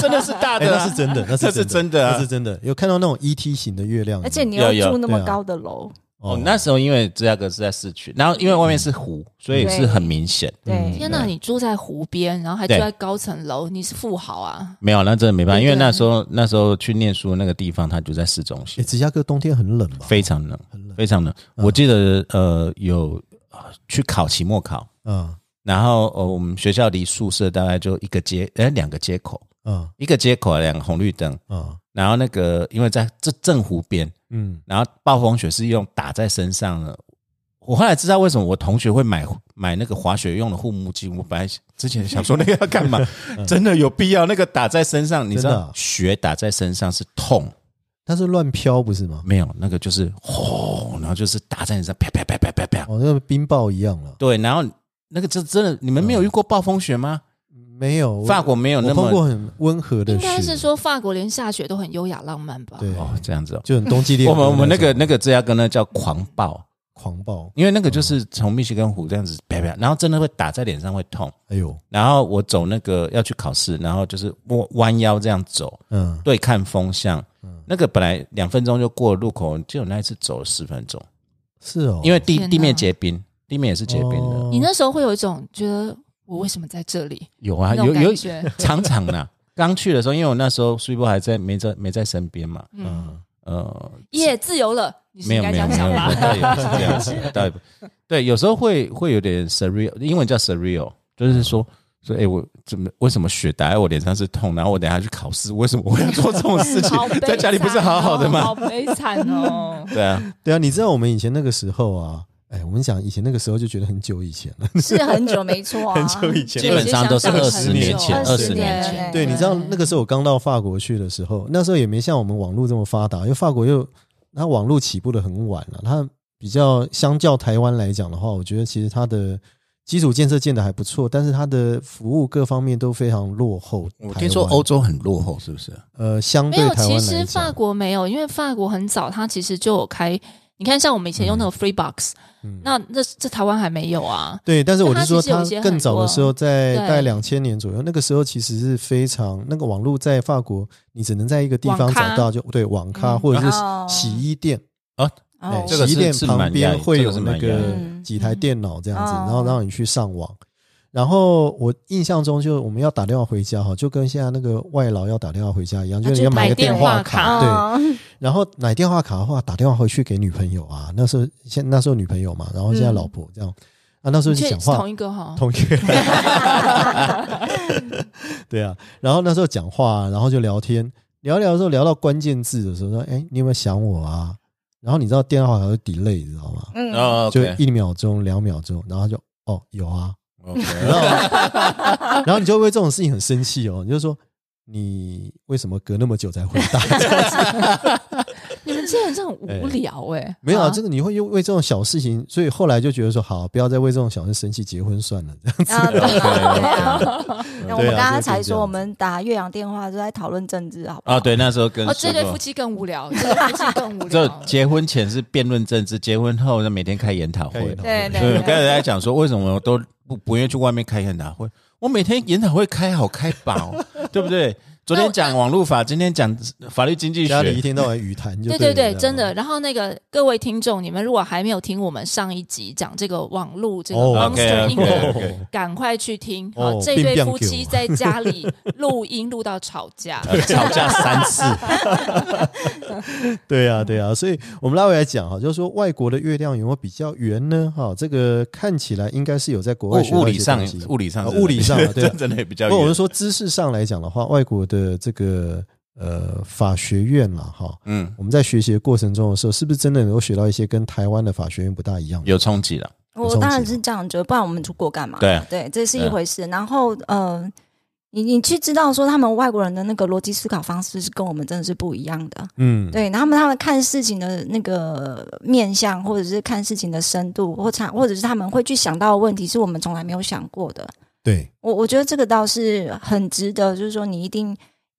B: 真的是大
A: 哎，
B: 的
A: 那
B: 啊，
A: 是真的，那
B: 这
A: 是
B: 是真的啊
A: 那是真的，有看到那种 ET 型的月亮，
C: 而且你
B: 有
C: 又
B: 有
C: 住那么
A: 对啊
C: 高的楼，
B: 哦，那时候因为芝加哥是在市区，然后因为外面是湖，所以是很明显。
A: 嗯
C: 对，
D: 天哪，
B: 对
D: 你住在湖边，然后还住
B: 对
D: 在高层楼，你是富豪啊！
B: 没有，那真的没办法，
D: 对
B: 因为
D: 对
B: 那时候那时候去念书那个地方，它就在市中
A: 哎，
B: 心，
A: 芝加哥冬天很冷吧？
B: 非常冷，
A: 很冷，嗯
B: 非常冷。我记得呃有呃去考期末考，
A: 嗯
B: 然后呃我们学校离宿舍大概就一个街，呃两个街口，
A: 嗯
B: 一个街口两个红绿灯，
A: 嗯
B: 然后那个因为在这正湖边，
A: 嗯，
B: 然后暴风雪是用打在身上的。我后来知道为什么我同学会买买那个滑雪用的护目镜。我本来之前想说那个要干 嘛，真的有必要？那个打在身上，你知
A: 真的
B: 道
A: 啊
B: 雪打在身上是痛，
A: 它是乱飘不是吗？
B: 没哦有那个就是轰，然后就是打在你身上，啪啪啪啪啪啪。
A: 哦，那个冰雹一样啊了，
B: 对，然后那个就真的，你们没有遇过暴风雪吗？
A: 没有我
B: 法国没有
A: 哦我
B: 那
A: 碰过
B: 么
A: 很温和的
D: 应
A: 雪，
D: 该是说法国连下雪都很优雅浪漫吧？
A: 对，
B: 哦，这样子哦。
A: 就很冬季烈
B: 我
A: 火种。
B: 们我们那个那个芝加哥呢叫狂暴，
A: 狂暴，
B: 因为那个就是从密西根湖这样子啪啪，然后真的会打在脸上会痛。
A: 哎呦，
B: 然后我走那个要去考试，然后就是弯弯腰这样走，
A: 嗯，
B: 对看风向。那个本来两分钟就过了路口，就我那一次走了十分钟，
A: 是哦，
B: 因
A: 为
B: 为地
D: 天哪哦
B: 地面结冰，地面也是结冰的。
D: 你那时候会有一种觉得我为什么在这里
B: 有啊，
D: 那
B: 有
D: 种
B: 有
D: 感觉？
B: 常常呢。刚去的时候，因为我那时候苏一波还在没在没在身边嘛，
D: 嗯，
B: 呃，
D: 耶，自由了，你是
B: 没有
D: 应该
B: 没
D: 这
B: 有
D: 样
B: 没有，
D: 想吧？
B: 倒也不是这样 子，倒也不对，有时候会会有点 surreal，英文叫 surreal，就是说
D: 嗯
B: 说哎、诶我怎么为什么血打在我脸上是痛，然后我等一下去考试，为什么我要做这种事情
D: 好悲？
B: 在家里不是好好的
D: 惨哦
B: 吗？！
D: 好悲惨哦
B: 对啊，
A: 对啊，你知道我们以前那个时候啊，哎，我们讲以前那个时候就觉得很久以前了，
C: 是很久没错 啊，
A: 前
B: 基本上都是
D: 有
B: 二
D: 些
A: 想
B: 十
A: 法
B: 年
A: 很
B: 前，
A: 久
B: 二十年
C: 20
B: 前，
D: 哎
A: 对，你知道那个时候我刚到法国去的时候，那时候也没像我们网络这么发达，因为法国又它网络起步的很晚了、它比较相较台湾来讲的话，我觉得其实它的基础建设建的还不错，但是它的服务各方面都非常落后。
B: 我
A: 台
B: 听说
A: 湾
B: 欧洲很落后，是不是？
A: 呃，相
D: 没
A: 对
D: 有，
A: 台湾
D: 其
A: 来
D: 实
A: 讲
D: 法国没有，因为法国很早，它其实就有开。你看，像我们以前用那个
B: 嗯
D: Free Box，、那那这台湾还没有啊。
A: 对，但是我
D: 它
A: 是说，
D: 其实有
A: 它
D: 一些
A: 更
D: 很
A: 早的
D: 多
A: 时候，在
D: 对
A: 大概两千年左右，那个时候其实是非常那个网络在法国，你只能在一个地
D: 网
A: 方找
D: 咖嗯
A: 到就，对网咖、或者是
C: 哦
A: 洗衣店，
C: 哦
A: 哎
B: 这个
A: 洗衣
B: 是
A: 店
B: 是
A: 旁
B: 蛮压
A: 边
B: 抑
A: 会
B: 这
A: 有
B: 个是
A: 那
B: 蛮压
A: 个
B: 抑
C: 嗯
A: 几台电脑这样子，
C: 哦
A: 然后让你去上网。然后我印象中，就我们要打电话回家哈，就跟现在那个外劳要打电话回家一样，就是
D: 啊就
A: 你要买
D: 买
A: 个
D: 电
A: 电
D: 话
A: 话
D: 卡哦
A: 对，
C: 对，
A: 然后买电话卡的话，打电话回去给女朋友啊，那时候现那时候女朋友嘛，然后现在老婆这样、啊，那时候就
D: 嗯确
A: 讲
D: 是
A: 话
D: 同一个哈、
A: 同学，对啊。然后那时候讲话、啊然后就聊天，聊一聊的时候聊到关键字的时候，说：“哎、你有没有想我啊？”然后你知道电话好像 delay，你知道吗？
C: 嗯，
B: 哦
A: 就
B: ，OK，
A: 一秒钟、两秒钟，然后就哦有啊，然后 然后你就会为这种事情很生气哦，你就说你为什么隔那么久才回答？
D: 你们这些人真的很无聊哎、
A: 没有啊，
D: 啊
A: 真的你会因为这种小事情，所以后来就觉得说好，不要再为这种小事生气，结婚算了。这 样
C: 啊，对啊，对啊。那我
A: 对啊就
C: 们刚刚
A: 是这
C: 才
A: 样
C: 说，我们打岳阳电话都在讨论政治，好不好？
B: 啊，对，那时候跟
D: 哦，这对
B: 说
D: 夫妻更无聊，这对夫妻 更无
B: 就
D: 聊。
B: 结婚前是辩论政治，结婚后呢每天开研讨
A: 开
B: 会
A: 研讨。
C: 对
B: 对，
C: 对对
B: 刚才在讲说为什么我都不不愿意去外面开研讨会，我每天研讨会开好开饱，对不对？昨天讲网络法，今天讲法律经济
A: 家里一
B: 学，
A: 天到晚语谈就
D: 对
A: 对
D: 对
A: 了哦
D: 对，真的。。然后那个各位听众，你们如果还没有听我们上一集讲这个网络这个
A: 哦
D: monster
B: OK，OK，
D: 婴儿，
A: OK
D: 赶快去听。
A: 哦
D: 好，这对
A: 变
D: 夫妻
A: bianco
D: 在家里录音录到吵 架，
B: 呃吵架三次，
A: 对啊，对啊，所以我们拉回来讲哈，就是说外国的月亮有没有比较圆呢？哈，这个看起来应该是有在国外学
B: 物
A: 到
B: 物
A: 一
B: 理
A: 些
B: 上
A: 东西
B: 物理上
A: 啊物理上 啊对啊
B: 真的也比较
A: 不过我
B: 远
A: 是。说知识上来讲的话，外国的这个呃法学院啦，哈，
B: 嗯，
A: 我们在学习的过程中的时候，是不是真的能够学到一些跟台湾的法学院不大一样的？
B: 有冲击了，
A: 有
C: 我
A: 冲
C: 当然
A: 击
C: 是这样觉得，不然我们出国干嘛？
B: 对啊
C: 对，这是一
B: 对
C: 回事。然后呃，你你去知道说他们外国人的那个逻辑思考方式是跟我们真的是不一样的。
A: 嗯，
C: 对，然后他们他们看事情的那个面向，或者是看事情的深度，或产或者是他们会去想到的问题，是我们从来没有想过的。
A: 对，
C: 我我觉得这个倒是很值得，就是说你一定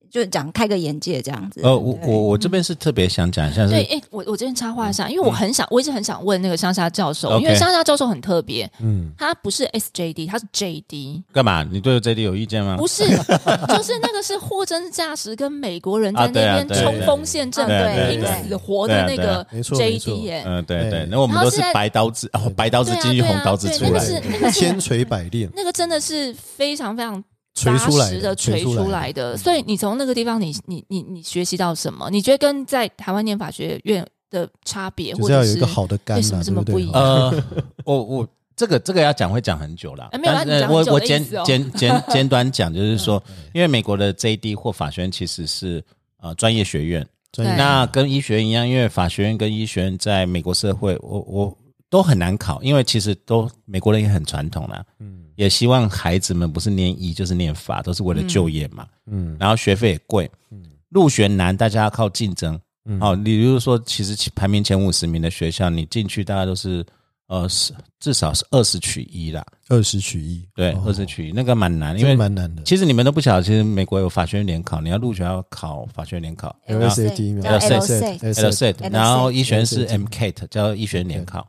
C: 就讲开个眼界这样子。
B: 呃，我
C: 对
B: 我我这边是特别想讲一下，
D: 对，
B: 是
D: 哎，我我这边插话一下，
A: 嗯
D: 因为我很想，我一直很想问那个乡下教授，
B: OK
D: 因为乡下教授很特别，
A: 嗯，
D: 他不是 SJD，他是 JD，
B: 干嘛？你对这里有意见吗？
D: 不是，就是那个是货真价实，跟美国人在
B: 啊
D: 那
B: 对啊
D: 边
B: 对
A: 啊
D: 冲锋陷阵
C: 对啊、对
D: 拼
C: 啊
D: 死活的那
B: 对啊
D: 个
A: 没错没
D: JD
A: 错
D: 耶。
B: 嗯，对
A: 哎
B: 对，那我们
D: 然
B: 都
D: 后
B: 是
D: 现在
B: 白刀子哦，白刀子
D: 对啊
B: 进去，
D: 对啊
B: 红刀子
D: 对
B: 出
D: 那
B: 来
D: 个，是那个
A: 千
D: 是
A: 锤百 炼，
D: 那个真的是非常非常
A: 锤
D: 扎
A: 出来
D: 实的锤
A: 出
D: 出来的，所以你从那个地方你，你你你学习到什么？你觉得跟在台湾念法学院的差别，
A: 就
D: 或
A: 是要
D: 者
A: 有一
D: 是
A: 个好的肝
D: 为什
A: 呐，
D: 么
A: 对
D: 这么
A: 不
D: 不
A: 对哦
D: 一？样
B: 呃，我我这个这个要讲会讲很久啦，
D: 哎没有啊
B: 但是
D: 你
B: 呃
D: 讲很
B: 我
D: 久
B: 我
D: 的
B: 简
D: 意思哦
B: 简简简短讲，就是说
A: 嗯，
B: 因为美国的 JD 或法学院其实是呃专业学院，
A: 专业
D: 对
B: 那跟医学院一样，因为法学院跟医学院在美国社会，我我都很难考，因为其实都美国人也很传统啦，
A: 嗯
B: 也希望孩子们不是念医就是念法，都是为了就业嘛，
A: 嗯
B: 然后学费也贵，入学难，大家要靠竞争。
A: 嗯
B: 哦，比如说，其实排名前五十名的学校，你进去大概都是呃，是至少是二十取一啦。
A: 二十取一，
B: 对，
A: 哦
B: 二十、取一那个蛮难，
A: 这
B: 因
A: 个
B: 为
A: 蛮难的，
B: 其实你们都不晓得，其实美国有法学院联考，你要入学要考法学院联考
A: L S A T 嘛
C: L
B: S A
A: S A
C: T
B: LSAT，
C: LSAT
B: 然后医学院是
A: LSAT
B: MCAT，叫医学院联
A: 嗯
B: 考。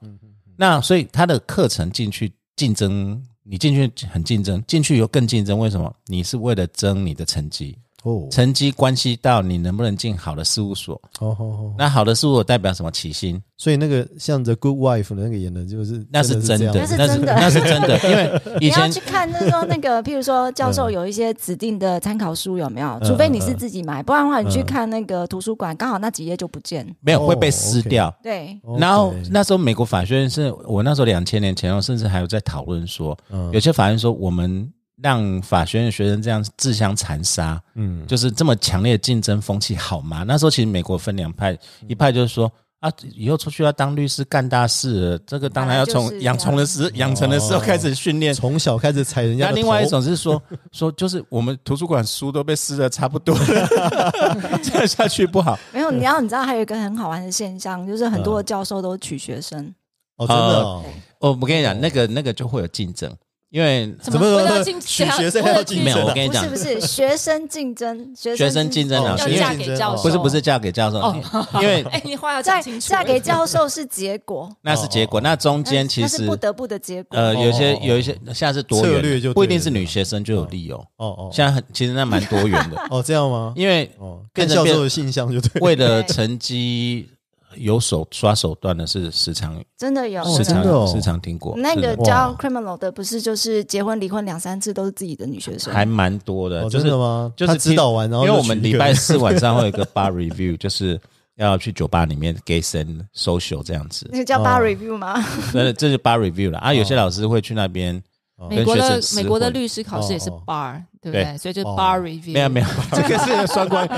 B: 那所以它的课程进去竞争，你进去很竞争，进去又更竞争，为什么？你是为了争你的成绩，
A: 哦，
B: 成绩关系到你能不能进好的事务所。
A: 好好好，
B: 那好的事务所代表什么？起薪，
A: 所以那个像 The Good Wife 的那个演的，就是
B: 那是真
A: 真
B: 的，
A: 的
C: 是
A: 这样，
B: 那
C: 真的
B: 那是真的，因为 以
C: 你要
B: 前嗯
C: 去看，就是说那个，譬如说教授有一些指定的参考书有没有？除非你是自己买，不然的话你去
B: 嗯
C: 看那个图书馆，刚好那几页就不见。
B: 没有
A: 哦
B: 会被撕掉。
C: 对，
A: OK
B: 然后那时候美国法学院是我那时候两千年前后，哦甚至还有在讨论说，
A: 嗯
B: 有些法院说我们让法学院学生这样自相残杀，
A: 嗯
B: 就是这么强烈的竞争风气好吗？那时候其实美国分两派，
A: 嗯
B: 一派就是说。啊，以后出去要当律师干大事了，这个当然要
C: 本来就
B: 从
C: 是
B: 养成的时养成的时候
A: 哦
B: 开始训练，
A: 从小开始踩人家
B: 那
A: 的头，
B: 另外一种是说 说，就是我们图书馆书都被撕的差不多了，这样下去不好。
C: 没有。你要你知道还有一个很好玩的现象，就是很
B: 嗯
C: 多的教授都取学生，
A: 哦，真的哦，
B: 我我跟你讲，那个那个就会有竞争，因为
D: 怎
A: 怎么
D: 为
A: 怎么
D: 了竞
A: 取
D: 争
A: 学生还
D: 为
A: 要
D: 了
A: 竞
D: 去
B: 没有。
A: 争
B: 我
A: 啊
B: 跟你
C: 不
B: 讲
C: 是不，是学生竞争，学
B: 学生竞争啊
A: 哦，
D: 要
A: 学
D: 嫁
A: 生竞
D: 给
A: 争
D: 教授，
B: 不是不是嫁给教授，
C: 哦
B: 因为
D: 哎，你话要
C: 嫁
D: 讲清楚。
C: 嫁给教授是结果，
B: 那是结果。那中间其
C: 那是
B: 实
C: 不得不的结果。
B: 呃，有
A: 哦
B: 些
A: 哦哦
B: 有一些像是多
A: 策略就对
B: 元的，
A: 了
B: 不一定是女学生就有利哦。
A: 哦
B: 现在很其实那蛮多元 的，
A: 哦哦，这样吗？
B: 因为
A: 哦，看
B: 变成
A: 教
B: 变
A: 授的信箱就对了，
B: 为了成绩有手刷手段的是时常
C: 真的有
B: 时
A: 真的哦
B: 常时常听过，
C: 那
B: 真
C: 个
B: 的
C: 教 criminal 的，不是就是结婚离婚两三次都是自己的女学生，
B: 还蛮多的，
A: 哦，
B: 就
A: 真
B: 是
A: 的吗？
B: 就是
A: 他指导完，然后
B: 因为
A: 就
B: 我们
A: 取一个
B: 礼 拜四晚上会有一个 bar review，就是要去酒吧里面 gay 生 social 这样子
C: 那，个叫
A: 哦
C: bar review 吗？
B: 那这是 bar review 了啊。有些
A: 哦
B: 老师会去那边
A: 哦
D: 美国
B: 跟
D: 的
B: 学生
D: 美国的
B: 厮混
D: 律师考试也是
A: 哦哦
D: bar，、对不对？
B: 对
D: 所以就是
A: 哦
D: bar review。
B: 没有没有，这个是双关。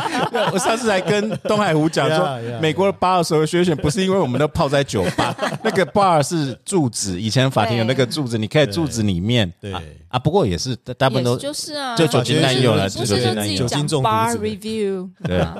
B: 我上次还跟东海湖 讲
A: Yeah, yeah, yeah.
B: 说，美国的 bar 所有学选不是因为我们都泡在酒 吧，那个 bar 是柱子，以前法庭有那个柱子，你可以柱子里面。
A: 对
B: 啊啊，不过也是大大部分
D: 也
B: 都
D: 是就是啊，
B: 就酒精滥用了
D: 不
B: 就是酒
D: 就
B: 精
D: 自
B: 滥
D: 己
B: 用
A: 酒
D: 讲
A: 精中毒
D: bar
A: 之类
D: review
B: 对
D: 啊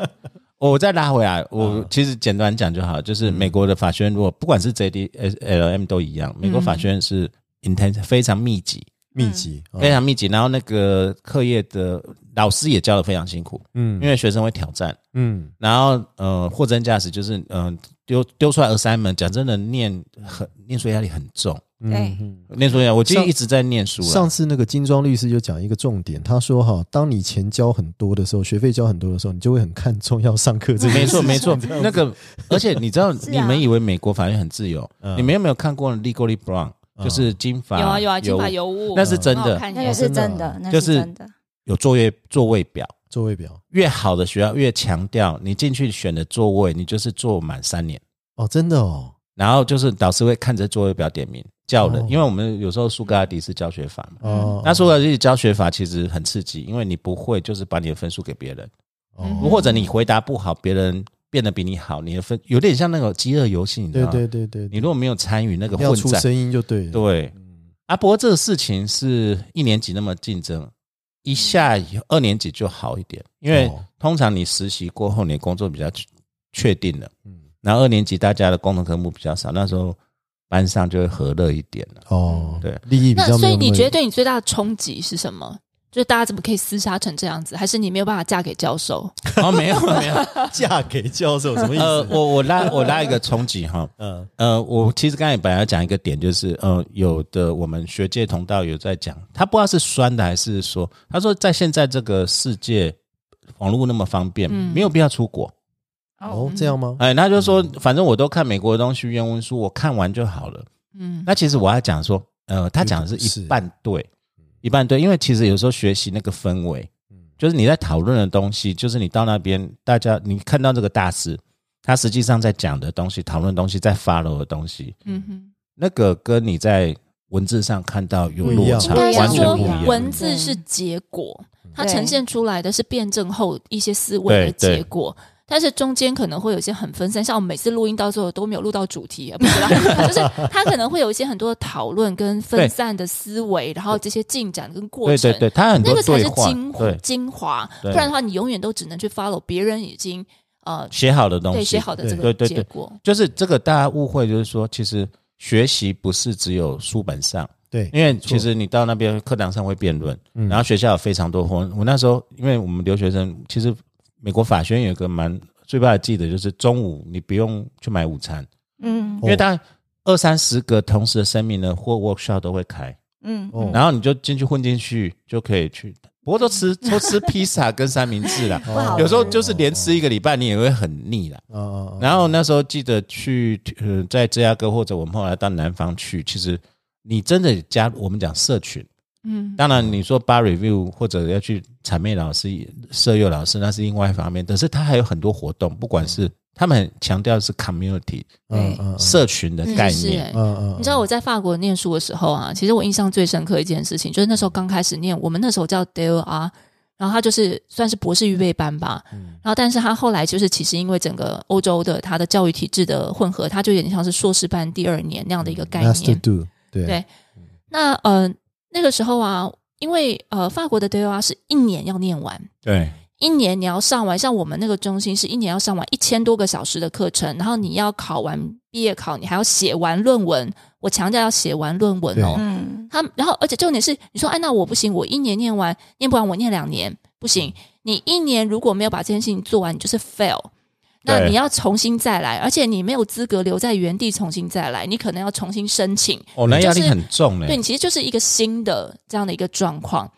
B: 哦我再拉回来，我
A: 嗯
B: 其实简短讲就好，就是美国的法学院，如果不管是 JD、L M 都一样，美国法学院是
A: 嗯
B: intense 非常密集，
A: 密集，哦
B: 非常密集，然后那个课业的老师也教的非常辛苦，
A: 嗯
B: 因为学生会挑战，
A: 嗯
B: 然后呃货真价实，就是嗯丢丢出来二三门，讲真的念很念书压力很重，
A: 嗯
C: 对
A: 嗯
B: 念书压力我就
A: 上
B: 一直在念书
A: 上
B: 了，
A: 次那个金庄律师就讲一个重点，他说哈，当你钱交很多的时候，学费交很多的时候，你就会很看重要上课这件
B: 没
A: 事
B: 错
A: 情。
B: 没错，那个而且你知道
C: 是啊
B: 你们以为美国法院很自由，
A: 嗯
B: 你们有没有看过 Legally Brown？就是金发
D: 有啊有啊，金发
B: 有
D: 尤物
B: 那是哦真
D: 很好
B: 的，
D: 看
C: 那
D: 耶
C: 个是
A: 真
C: 真
A: 的啊
C: 的，那
B: 就是
C: 是真的。
B: 有座位座位表，
A: 座位表
B: 越好的学校越强调你进去选的座位，你就是坐满三年。
A: 哦，真的哦，
B: 然后就是导师会看着座位表点名叫人，
A: 哦
B: 因为我们有时候苏格拉底式教学法嘛，
A: 哦，
B: 那苏格拉底式教学法其实很刺激，因为你不会就是把你的分数给别人，
A: 哦
D: 嗯
B: 或者你回答不好，别人变得比你好，你的分有点像那个饥饿游戏，你知
A: 对
B: 道吗？
A: 对对对，
B: 你如果没有参与那个
A: 要
B: 混
A: 出
B: 战，
A: 声音就对了，
B: 对
A: 嗯
B: 啊，不过这个事情是一年级那么竞争，一下以后二年级就好一点，因为
A: 哦
B: 通常你实习过后，你的工作比较确确定了，
A: 嗯
B: 然后二年级大家的共同科目比较少，那时候班上就会和乐一点了。
A: 哦，
B: 对，
A: 利益比
D: 那
A: 较
D: 所
A: 没
D: 以
A: 有那么。
D: 你觉得对你最大的冲击是什么？就是大家怎么可以厮杀成这样子？还是你没有办法嫁给教授？
B: 哦，没有 没有，
A: 嫁给教授什么意
B: 呃，
A: 思？
B: 我我拉我拉一个冲击哈，
A: 嗯
B: 呃，我其实刚才本来要讲一个点，就是呃，有的我们学界同道有在讲，他不知道是酸的还是说，他说在现在这个世界网络那么方便，
D: 嗯
B: 没有必要出国。
C: 嗯
A: 哦，这样吗？
B: 哎，他就说，反正我都看美国的东西原文书，我看完就好了。
D: 嗯，
B: 那其实我要讲说，呃，他讲的是
A: 是
B: 一半对，一半对，因为其实有时候学习那个氛围，就是你在讨论的东西，就是你到那边，大家你看到这个大师，他实际上在讲的东西、讨论的东西、在 follow 的东西，
D: 嗯哼，
B: 那个跟你在文字上看到有
A: 不一
B: 落
A: 样
B: 差，
D: 应该
B: 完
D: 是
B: 全
D: 说
B: 不一样。嗯
D: 文字是结果，它呈现出来的是辩证后一些思维的
B: 对对
D: 结果。但是中间可能会有一些很分散，像我每次录音到最后都没有录到主题，呃 不是啦，就是它可能会有一些很多的讨论跟分散的思维，然后这些进展跟过
B: 对
D: 程，
B: 对对，他很
D: 那
B: 多
D: 个才
B: 对
D: 是
B: 话，
D: 精华
B: 对
D: 精华，不
B: 对
D: 然的话你永远都只能去 follow 别人已经呃
B: 写好的东西，
D: 对写好的这
B: 对
D: 个
B: 对
D: 结
B: 对
D: 果。
B: 就是这个大家误会，就是说，其实学习不是只有书本上，
A: 对，
B: 因为其实你到那边课堂上会辩论，
A: 嗯
B: 然后学校有非常多活。我那时候因为我们留学生，其实美国法学院有一个蛮最怕记得就是中午你不用去买午餐，
A: 哦
C: 嗯
B: 因为大概二三十个同时的生命呢或 workshop 都会开，
C: 嗯
A: 哦
B: 然后你就进去混进去就可以去，不过都吃都吃披萨跟三明治啦
A: ，哦
C: 不好
B: 有时候就是连吃一个礼拜你也会很腻啦。
A: 哦哦哦
B: 然后那时候记得去呃，在芝加哥或者我们后来到南方去，其实你真的加入我们讲社群，
D: 嗯，
B: 当然你说 bar review 或者要去谄媚老师、社幼老师，那是另外一方面。但是他还有很多活动，不管是他们很强调的是 community
A: 嗯嗯
B: 社群的概
D: 是
B: 念，
D: 欸
A: 嗯嗯，
D: 你知道我在法国念书的时候啊，其实我印象最深刻一件事情，就是那时候刚开始念，我们那时候叫 DLR，然后它就是算是博士预备班吧。然后，但是它后来就是其实因为整个欧洲的它的教育体制的混合，它就有点像是硕士班第二年那样的一个概
A: Nice to
D: 念。
A: do，对
D: 对那呃，那个时候啊，因为呃，法国的 DLR 是一年要念完，
B: 对
D: 一年你要上完，像我们那个中心是一年要上完一千多个小时的课程，然后你要考完毕业考，你还要写完论文。我强调要写完论文哦。
C: 嗯，
D: 他然后而且重点是，你说哎，那我不行，我一年念完，念不完我念两年不行。你一年如果没有把这件事情做完，你就是 fail。那
B: 对
D: 你要重新再来，而且你没有资格留在原地重新再来，你可能要重新申请。
B: 哦，那
D: 就
B: 压
D: 是
B: 力很重嘞
D: 对，你，其实就是一个新的这样的一个状况。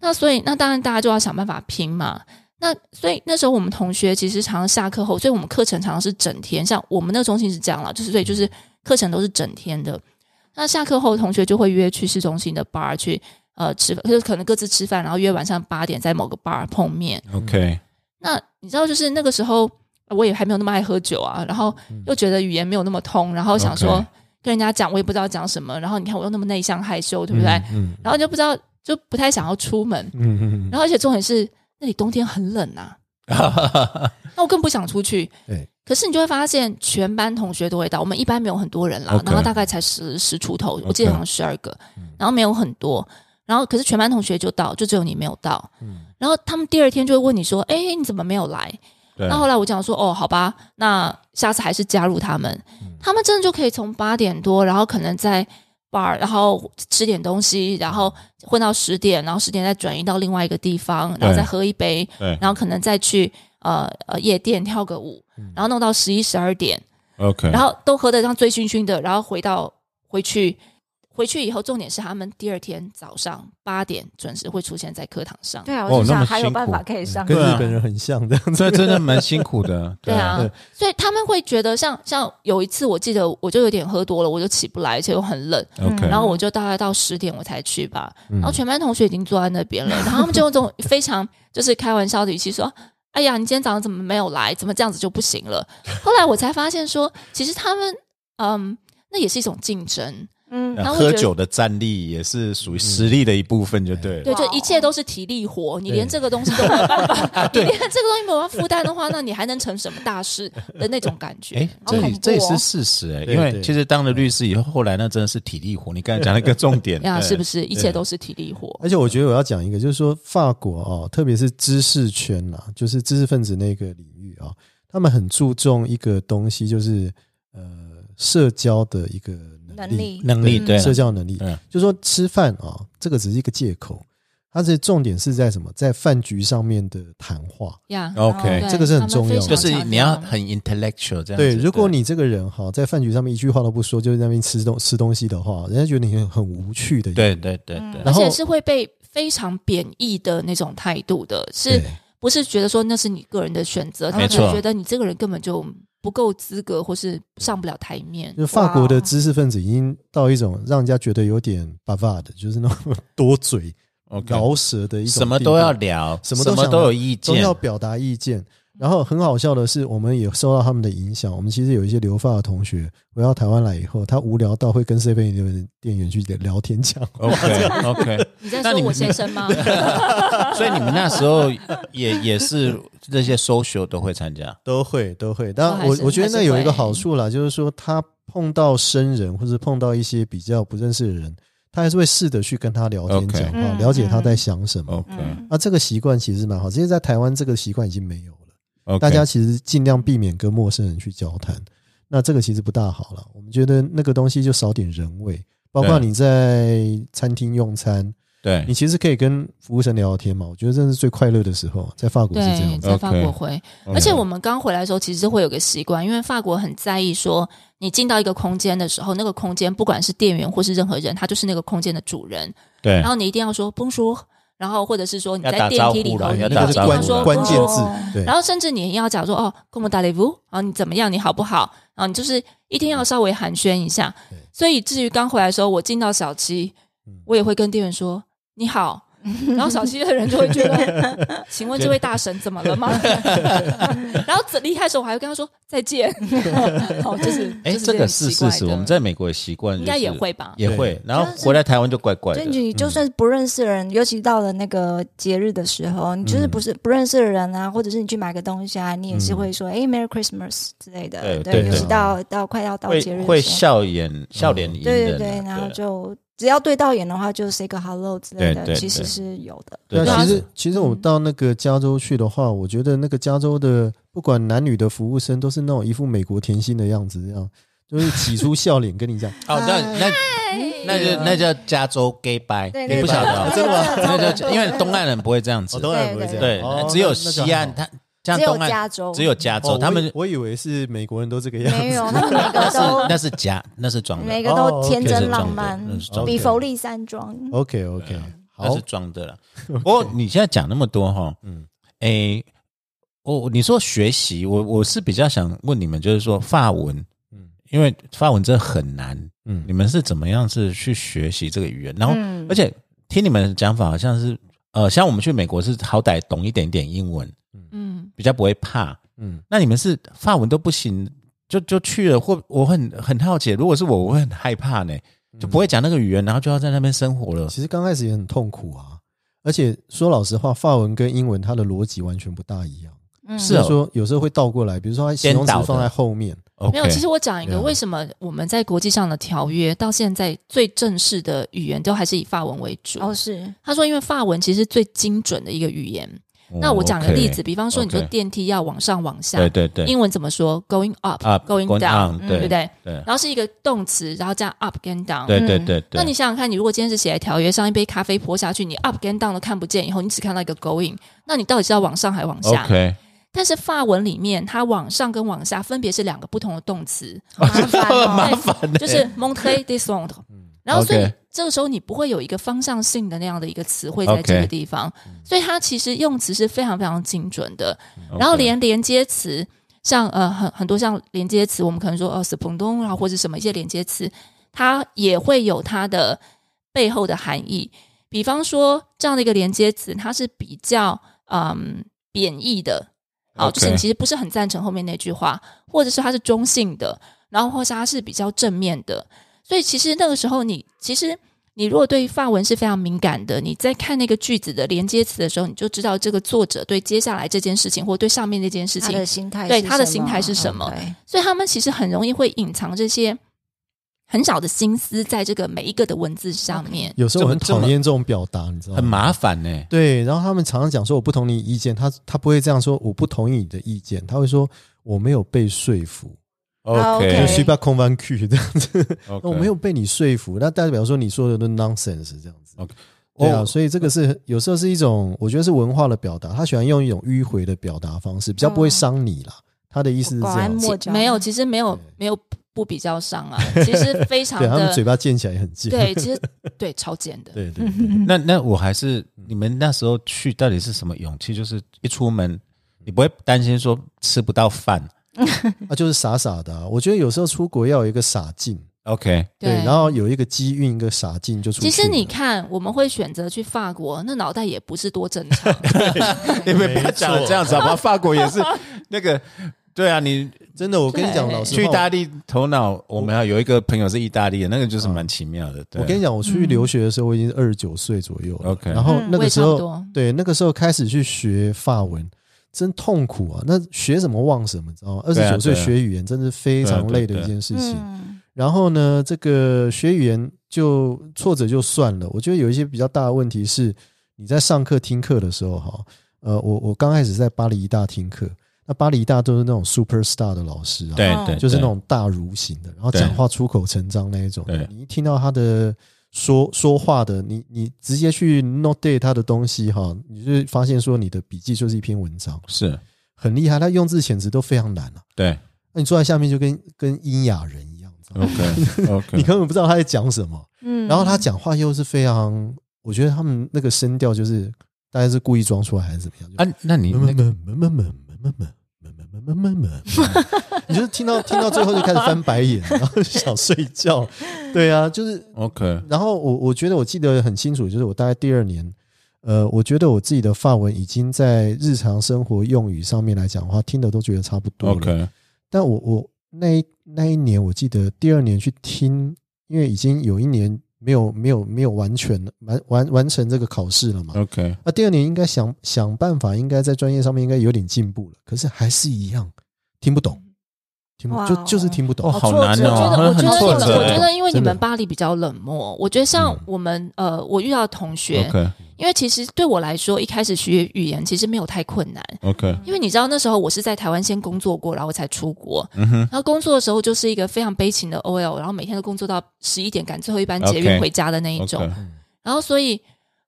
D: 那所以，那当然大家就要想办法拼嘛。那所以那时候我们同学其实常常下课后，所以我们课程常常是整天，像我们那个中心是这样啦，就是所以就是课程都是整天的。那下课后，同学就会约去市中心的 bar 去呃吃，就是可能各自吃饭，然后约晚上八点在某个 bar 碰面。
B: 嗯 OK，
D: 那你知道，就是那个时候呃我也还没有那么爱喝酒啊，然后又觉得语言没有那么通，然后想说
B: OK
D: 跟人家讲，我也不知道讲什么。然后你看我又那么内向害羞，对不对？
A: 嗯
D: 然后就不知道，就不太想要出门。
A: 嗯嗯 嗯，
D: 然后而且重点是那里冬天很冷呐、那我更不想出去。
A: 对，
D: 可是你就会发现全班同学都会到，我们一班没有很多人啦
B: OK
D: 然后大概才十十出头，我记得
B: OK
D: 好像十二个然后没有很多。然后可是全班同学就到，就只有你没有到。然后他们第二天就会问你说：“哎，你怎么没有来？”
B: 对
D: 那后来我讲说，哦，好吧，那下次还是加入他们。他们真的就可以从八点多，然后可能在 bar，然后吃点东西，然后混到十点，然后十点再转移到另外一个地方，然后再喝一杯，
B: 对
D: 然后可能再去呃呃夜店跳个舞，然后弄到十一十二点，
B: ，OK，
D: 然后都喝得像醉醺醺的，然后回到回去。回去以后，重点是他们第二天早上八点准时会出现在课堂上。
C: 对啊，
B: 哇
C: 我就
B: 哦那
C: 想
B: 么
C: 还有
B: 辛
C: 办
B: 苦
C: 法可以上
A: 跟
B: 对啊
A: 日本人很像这样子。
B: 这真的蛮辛苦的，
D: 对啊，所以他们会觉得像像有一次，我记得我就有点喝多了，我就起不来，而且又很冷，
B: ，OK，
D: 然后我就大概到十点我才去吧，
A: 嗯
D: 然后全班同学已经坐在那边了，然后他们就用这种非常就是开玩笑的语气说。哎呀，你今天早上怎么没有来？怎么这样子就不行了？后来我才发现说，其实他们，嗯，那也是一种竞争，
C: 嗯
D: 然后我觉
B: 喝
D: 得
B: 酒的战力也是属于实力的一部分，就对了。
D: 对，
C: 哇
D: 就
C: 哦
D: 一切都是体力活，你连
A: 对
D: 这个东西都没有办法，你连这个东西没有办法负担的话，那你还能成什么大事的那种感觉？
B: 哎，
C: 好
B: 这
C: 恐
B: 里
C: 怖哦
B: 这也是事实哎，
A: 对
B: 因为
A: 对
B: 其实当了律师以后，后来那真的是体力活。你刚才讲了一个重点，
D: 呀，
B: 对
D: 是不是一切都是体力活？
A: 而且我觉得我要讲一个，就是说法国哦，特别是知识圈啦、就是知识分子那个领域啊、他们很注重一个东西，就是呃社交的一个能
C: 能
A: 力，
C: 力
B: 能力对
A: 社交能力
B: 嗯，
A: 就是说吃饭啊、这个只是一个借口，它是重点是在什么，在饭局上面的谈话。
D: 呀，
B: OK，
D: 哦对
A: 这个是很
D: 他们
A: 重要的
D: 非
B: 哎就
D: 常
B: 是
D: 强哦
B: 你要
D: 调
B: 很 intellectual 这样子。
A: 对，如果你这个人哈、在饭局上面一句话都不说，就在那边吃东吃东西的话，人家觉得你很很无趣的。
B: 对对对
C: 嗯
B: 对
A: 然
D: 而
A: 后
D: 且是会被非常贬义的那种态度的，是
A: 对
D: 不是觉得说那是你个人的选择？他
B: 没
D: 们
B: 错
D: 觉得你这个人根本就不够资格，或是上不了台面。
A: 就法国的知识分子已经到一种让人家觉得有点巴巴的， 就是那种多嘴、
B: ，OK，
A: 饶舌的一种地步，
B: 什么都要聊，
A: 什么都
B: 都
A: 想
B: 都有意
A: 都
B: 见
A: 要，表达意见。然后很好笑的是，我们也受到他们的影响。我们其实有一些留法的同学回到台湾来以后，他无聊到会跟 C 边的店员去聊天讲话。
B: OK OK，
D: 你在
B: 那你
D: 说我
B: 们
D: 先生 吗？
B: 所以你们那时候也也是这些 social 都会参加，
A: 都会都会，当然
D: 还
A: 我
D: 是
A: 我觉得
D: 还是
A: 那有一个
D: 会
A: 好处啦，就是说他碰到生人或者碰到一些比较不认识的人，他还是会试着去跟他聊天
B: OK
A: 讲话，
C: 嗯
A: 了解他在想什么。
B: OK
C: 嗯
A: 啊，这个习惯其实蛮好，其实，在台湾这个习惯已经没有了。
B: OK，
A: 大家其实尽量避免跟陌生人去交谈，那这个其实不大好了。我们觉得那个东西就少点人味，包括
B: 对
A: 你在餐厅用餐，
B: 对
A: 你其实可以跟服务生聊天嘛。我觉得这是最快乐的时候，在法国是这
D: 对，
A: 样子。
D: 在法国
B: OK
D: 会。
B: OK
D: 而且我们刚回来的时候，其实会有个习惯，因为法国很在意说，你进到一个空间的时候，那个空间不管是店员或是任何人，他就是那个空间的主人。
B: 对
D: 然后你一定要说 bonjour，然后或者是说你
B: 要打
D: 在电
B: 招
D: 梯里
B: 呼啦
D: 头，你
B: 要
D: 一
B: 大打
D: 定
A: 那
B: 家
A: 个是
B: 招呼
D: 要
A: 关
D: 说
A: 关键
D: bonjour
A: 字，对
D: 然后甚至你也要讲说哦，como d a l e v o 啊，你怎么样？你好不好？然后你就是一定要稍微寒暄一下
A: 对。
D: 所以至于刚回来的时候，我进到小七
A: 嗯，
D: 我也会跟店员说你好，然后小七的人就会觉 得，请问这位大神怎么了吗？ 然后离开的时候，我还会跟他说再 见。哦，就是
B: 哎，
D: 就是
B: 这个
D: 很
B: 是
D: 奇
B: 事
D: 怪
B: 实，
D: 的
B: 我们在美国也习惯，
D: 应该也会吧？
B: 也会
A: 对，
B: 然后回来台湾就怪怪
C: 所
B: 的嗯
C: 以。你就算不认识的人，尤其到了那个节日的时候，你
B: 嗯
C: 就是不是不认识的人啊，或者是你去买个东西啊，你也是会说“哎，Merry Christmas” 之类
B: 对
C: 的。
B: 对
C: 尤其
A: 对
C: 到到快要到
B: 会
C: 节日
B: 会
C: 的时候，
B: 笑
A: 嗯
B: 脸笑脸迎
C: 对
B: 人
C: 对
B: 啊，
C: 对，然后就只要对到眼的话，就 say 个 hello 之类
B: 对
C: 的，
B: 对
C: 其实
B: 对
C: 是有的。
A: 对
B: 对
A: 啊，
B: 啊
A: 其实其实我们到那个加州去的话，我觉得那个加州的不管男女的服务生都是那种一副美国甜心的样子，这样就是挤出笑脸跟你讲，
C: 啊
B: 哦，那那那就那叫加州 gay bye，
C: 对
B: 你不晓得
A: 啊
B: 哦，
A: 真的吗
B: 那就因为东岸人不会这样子，
A: 哦，当然不会这样，
B: 对
A: 哦，
B: 只有西岸，
A: 那
B: 他像
C: 只有
B: 东岸
C: 加州，
B: 只 有加
A: 那就很好
B: 州，
A: 哦
B: 他们
A: 我以我以为是美国人都这个样子，
C: 没有， 他们每
B: 那
C: 个
B: 是
C: 都
B: 那是假，那是装的，
C: 每个
A: 哦
C: 都
A: ，OK
C: 天
B: 那是
C: 真
B: 装
C: 浪
B: 的
C: 漫，
B: 那是装的
C: 比佛利山庄。
A: OK OK，
B: 那
A: 好
B: 是，装的 了。不过你现在讲那么多哈，
A: 嗯
B: 嗯，诶，我你说学习，我我是比较想问你们，就是说法文，
A: 嗯
B: 因为法文真的很难，你
A: 嗯，
B: 们是怎么样是去学习这个语言？然后，
C: 嗯
B: 而且听你们的讲法，好像是呃，像我们去美国是好歹懂一点点英文，
D: 嗯，
B: 比较不会怕。
A: 嗯，
B: 那你们是法文都不行，就就去了，或我很很好奇，如果是我，我会很害怕呢，就
A: 嗯
B: 不会讲那个语言，然后就要在那边生活了。
A: 其实刚开始也很痛苦啊，而且说老实话，法文跟英文它的逻辑完全不大一样。
C: 嗯
B: 是
A: 就
B: 哦
A: 说有时候会倒过来，比如说它形容词
B: 颠倒的
A: 放在后面，
B: OK，
D: 没有，其实我讲一
A: 对
D: 个，
A: 啊
D: 为什么我们在国际上的条约到现在最正式的语言都还是以法文为主？
C: 哦是，
D: 他说，因为法文其实是最精准的一个语言。那我讲个例子，比方说你说
B: 哦 OK
D: 电梯要往上往下
B: 对，对对，
D: 英文怎么说？Going up,
B: Up,
D: going
B: going
D: down，
B: down，
D: 对
B: 对
D: 不对？
B: 对
D: 然后是一个动词，然后加 up 跟 down。
B: 对对对对，
D: 那你想想看，你如果今天是写在条约上，一杯咖啡泼下去，你 up 跟 down 都看不见，以后你只看到一个 going，那你到底是要往上还往下
B: OK
D: 但是法文里面，它往上跟往下分别是两个不同的动词，
C: 好麻烦
B: 麻
C: 哦，
B: 烦呢，
D: 就是 montre descendre。然后，所以
B: 嗯 OK
D: 这个时候你不会有一个方向性的那样的一个词汇在这个
B: OK 嗯
D: 地方，所以它其实用词是非常非常精准的。
B: 嗯
D: 然后连连接词，像呃很很多像连接词，我们可能说呃 s p o n d o n 啊或者什么一些连接词，它也会有它的背后的含义。比方说这样的一个连接词，它是比较嗯贬义的，好
B: OK
D: 就是你其实不是很赞成后面那句话，或者是它是中性的，然后或是它是比较正面的。所以其实那个时候你其实。你如果对法文是非常敏感的，你在看那个句子的连接词的时候，你就知道这个作者对接下来这件事情或对上面那件事
C: 他
D: 情
C: 的心态
D: 对
C: 是
D: 他的
C: 什
D: 心
C: 么哦
D: 态是什么
C: OK
D: 所以他们其实很容易会隐藏这些很小的心思在这个每一个的文字上面。
A: 有时候我很
B: 这么
A: 讨厌这种表达，你知道吗？
B: 很麻烦呢。
A: 对，然后他们常常讲说我不同意你意见，他他不会这样说，我不同意你的意见，他会说我没有被说服，
C: 对
A: je
B: OK，
A: suis pas convaincu 这样子，
B: OK
A: 我哦没有被你说服，那代表说你说的都 nonsense 这样子。
B: OK
A: 对啊，
B: 哦
A: 所以这个是有时候是一种，我觉得是文化的表达，他喜欢用一种迂回的表达方式，比较不会伤你啦。他的意思是这
C: 拐弯
A: 样，
C: 抹角
D: 没有，其实没有
A: 对
D: 没有不比较上 啊，其实非常
A: 对他们
D: 的
A: 嘴巴建起来也很近，
D: 对，其实对超尖的。
A: 对对对，
B: 那那我还是你们那时候去到底是什么勇气？就是一出门，你不会担心说吃不到饭
A: 啊，就是傻傻的啊。我觉得有时候出国要有一个傻劲，
B: ？OK，
A: 对，然后有一个机运，一个傻劲就出去
D: 其
A: 了。
D: 实你看，我们会选择去法国，那脑袋也不是多正常。
B: 你们不要讲得这样子好不好？法国也是那个，对啊，你
A: 真的，我跟你讲，
D: 对
A: 老师
B: 去意大利头脑，我们要有一个朋友是意大利的，那个就是蛮奇妙的。对
A: 我跟你讲，我出去留学的时候，我已经二十九岁左右了。
B: OK
A: 然后那
D: 我
A: 个
D: 也
A: 时
D: 差不
A: 候，
D: 多。
A: 对，那个时候开始去学法文，真痛苦啊！那学什么忘什么，你知道吗？二十
B: 对啊
A: 九岁
B: 对啊
A: 学语言，真是非常累的
B: 对啊对啊
A: 一件事情。
C: 嗯
A: 然后呢，这个学语言就挫折就算了，我觉得有一些比较大的问题是，你在上课听课的时候，哈，呃，我我刚开始在巴黎一大听课，那巴黎一大都是那种 super star 的老师啊，
B: 对
C: 哦
B: 对，
A: 就是那种大儒型的，然后
B: 对
A: 讲话出口成章那一种
B: 对。
A: 你一听到他的说说话的，你你直接去 note day 他的东西哈，你就发现说你的笔记就是一篇文章，
B: 是，
A: 很厉害。他用字遣词都非常难啊，
B: 对
A: 那你坐在下面就跟跟阴雅人一样，你
B: 嗯
A: 知道吗
B: OK
A: 你
B: OK，
A: 根本不知道他在讲什么。
C: 嗯
A: 然后他讲话又是非常，我觉得他们那个声调就是大概是故意装出来还是怎么样。就
B: 啊，那你那个
A: 你就是听到听到最后就开始翻白眼，然后就想睡觉。对啊，就是，
B: OK
A: 然后我我觉得我记得很清楚，就是我大概第二年，呃，我觉得我自己的发文已经在日常生活用语上面来讲的话，听的都觉得差不多了。
B: OK
A: 但我我那一那一年，我记得第二年去听，因为已经有一年没有没有没有完全完完完成这个考试了嘛。
B: OK，
A: 那第二年应该想想办法，应该在专业上面应该有点进步了，可是还是一样听不懂，听不
C: 哇
A: 就
C: 哦
A: 就是听不
B: 哦，
A: 懂。
B: 好
C: 挫
B: 难
C: 折
D: 我觉
B: 哦，
D: 得，我觉
B: 很挫
D: 得你
B: 折
D: 们，我觉
B: 欸。
D: 得，因为你
A: 真的
D: 们巴黎比较冷漠，我觉得像我们呃，我遇到的同学，
B: 嗯 OK
D: 因为其实对我来说，一开始学语言其实没有太困难，
B: OK，
D: 因为你知道那时候我是在台湾先工作过，然后我才出国。
B: 嗯哼
D: 然后工作的时候就是一个非常悲情的 OL，然后每天都工作到十一点赶最后一班
B: OK
D: 捷运回家的那一种。
B: ，OK，
D: 然后所以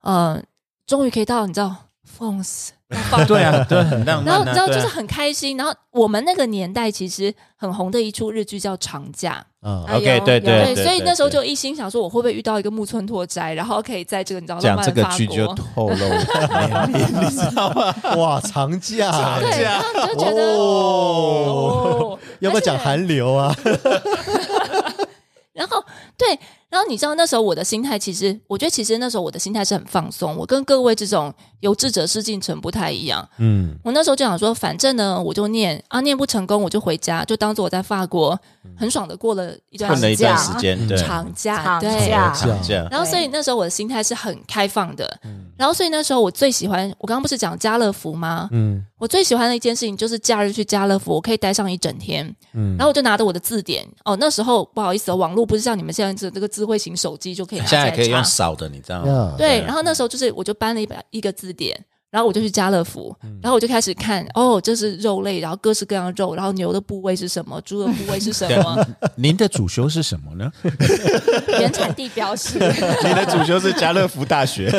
D: 呃，终于可以到你知道 f o n s 放
B: 对啊，对，很浪
D: 然
B: 漫啊，
D: 后你知道
B: 对
D: 就
B: 啊
D: 是很开心。然后我们那个年代其实很红的一出日剧叫《长假》，
A: 啊
C: 哎
B: OK，
C: 有
B: 对
C: 有
B: 对
D: 所以那时候就一心想说，我会不会遇到一个木村拓哉，然后可以在这个你知道浪
B: 讲
D: 漫
B: 这
D: 的
B: 个
D: 法
B: 剧就
D: 国，
B: 透露了 年龄，你知道吗？
A: 哎哇，长假，
D: 对，然后你就觉得
A: 哦
D: 哦，
A: 要不要
D: 而且
A: 讲韩流啊？
D: 然后对，然然后你知道那时候我的心态，其实我觉得其实那时候我的心态是很放松，我跟各位这种有志者事竟成不太一样。
A: 嗯，
D: 我那时候就想说，反正呢，我就念啊，念不成功我就回家，就当做我在法国很爽的过了一段
B: 混了一段时间，对，
D: 长假，
C: 长
D: 对。
C: 假
A: 长
B: 这样，
D: 然后，所以
C: 对
D: 那时候我的心态是很开放的。
B: 嗯
D: 然后，所以那时候我最喜欢，我刚刚不是讲家乐福吗？
A: 嗯
D: 我最喜欢的一件事情就是假日去家乐福，我可以待上一整天。
A: 嗯
D: 然后我就拿着我的字典，哦，那时候不好意思、哦，网络不是像你们现在这这个智慧型手机就可以拿
B: 现
D: 起
B: 在
D: 来
B: 也可以用
D: 查。
B: 扫的，你知道吗？
A: 呀，
D: 对，然后那时候就是我就搬了一把一个字典，然后我就去家乐福，
B: 嗯
D: 然后我就开始看，哦，这是肉类，然后各式各样的肉，然后牛的部位是什么，猪的部位是什么，
B: 您的主修是什么 呢？
C: 原产地 标识，
B: 您的主修是家乐福大学，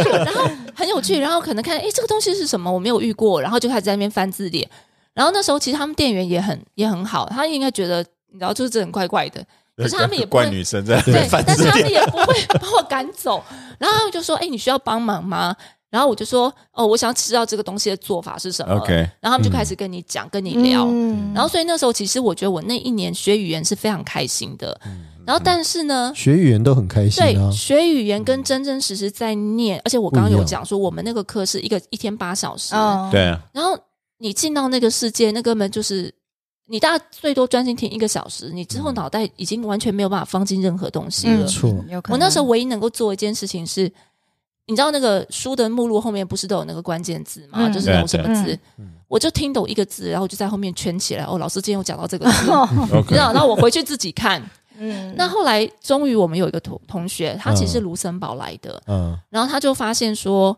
D: 很有
E: 嗯
D: 趣。然后可能看，哎，这个东西是什么，我没有遇过，然后就开始在那边翻字典。然后那时候其实他们店员也很也很好，他应该觉得你知道，就是这人怪怪的，可是他们也不会
E: 怪女生在
D: 对，
B: 翻
D: 但
B: 字
D: 是他
B: 典
D: 们也不会 把我赶走。然后他们就说：“哎、你需要帮忙吗？”然后我就说：“哦，我想知道这个东西的做法是什么。”
E: OK 嗯
D: 然后他们就开始跟你讲，跟你聊。
C: 嗯
D: 然后所以那时候其实我觉得我那一年学语言是非常开心的。
E: 嗯
D: 然后但是呢，
A: 学语言都很开心
D: 对
A: 啊，
D: 学语言跟真真实实在念，而且我刚刚
A: 不一
D: 有
A: 样
D: 讲说，我们那个课是一个一天八小时，
C: 哦，
B: 对啊，
D: 然后你进到那个世界，那根本就是你大概最多专心听一个小时，你之
C: 嗯
D: 后脑袋已经完全没有办法放进任何东西了。
A: 没错，
C: 有嗯可能
D: 嗯我那时候唯一能够做一件事情是，你知道那个书的目录后面不是都有那个关键字吗？
C: 嗯
D: 就是有什么
C: 对
D: 字
C: 对，
D: 我就听懂一个字，然后我就在后面圈起来。哦，老师今天有讲到这个 字，
C: 哦
D: 你
E: OK
D: 知道？然后我回去自己看。
C: 嗯
D: 那后来终于我们有一个同同学，他其实是卢森堡来的，
A: 嗯
D: 然后他就发现说，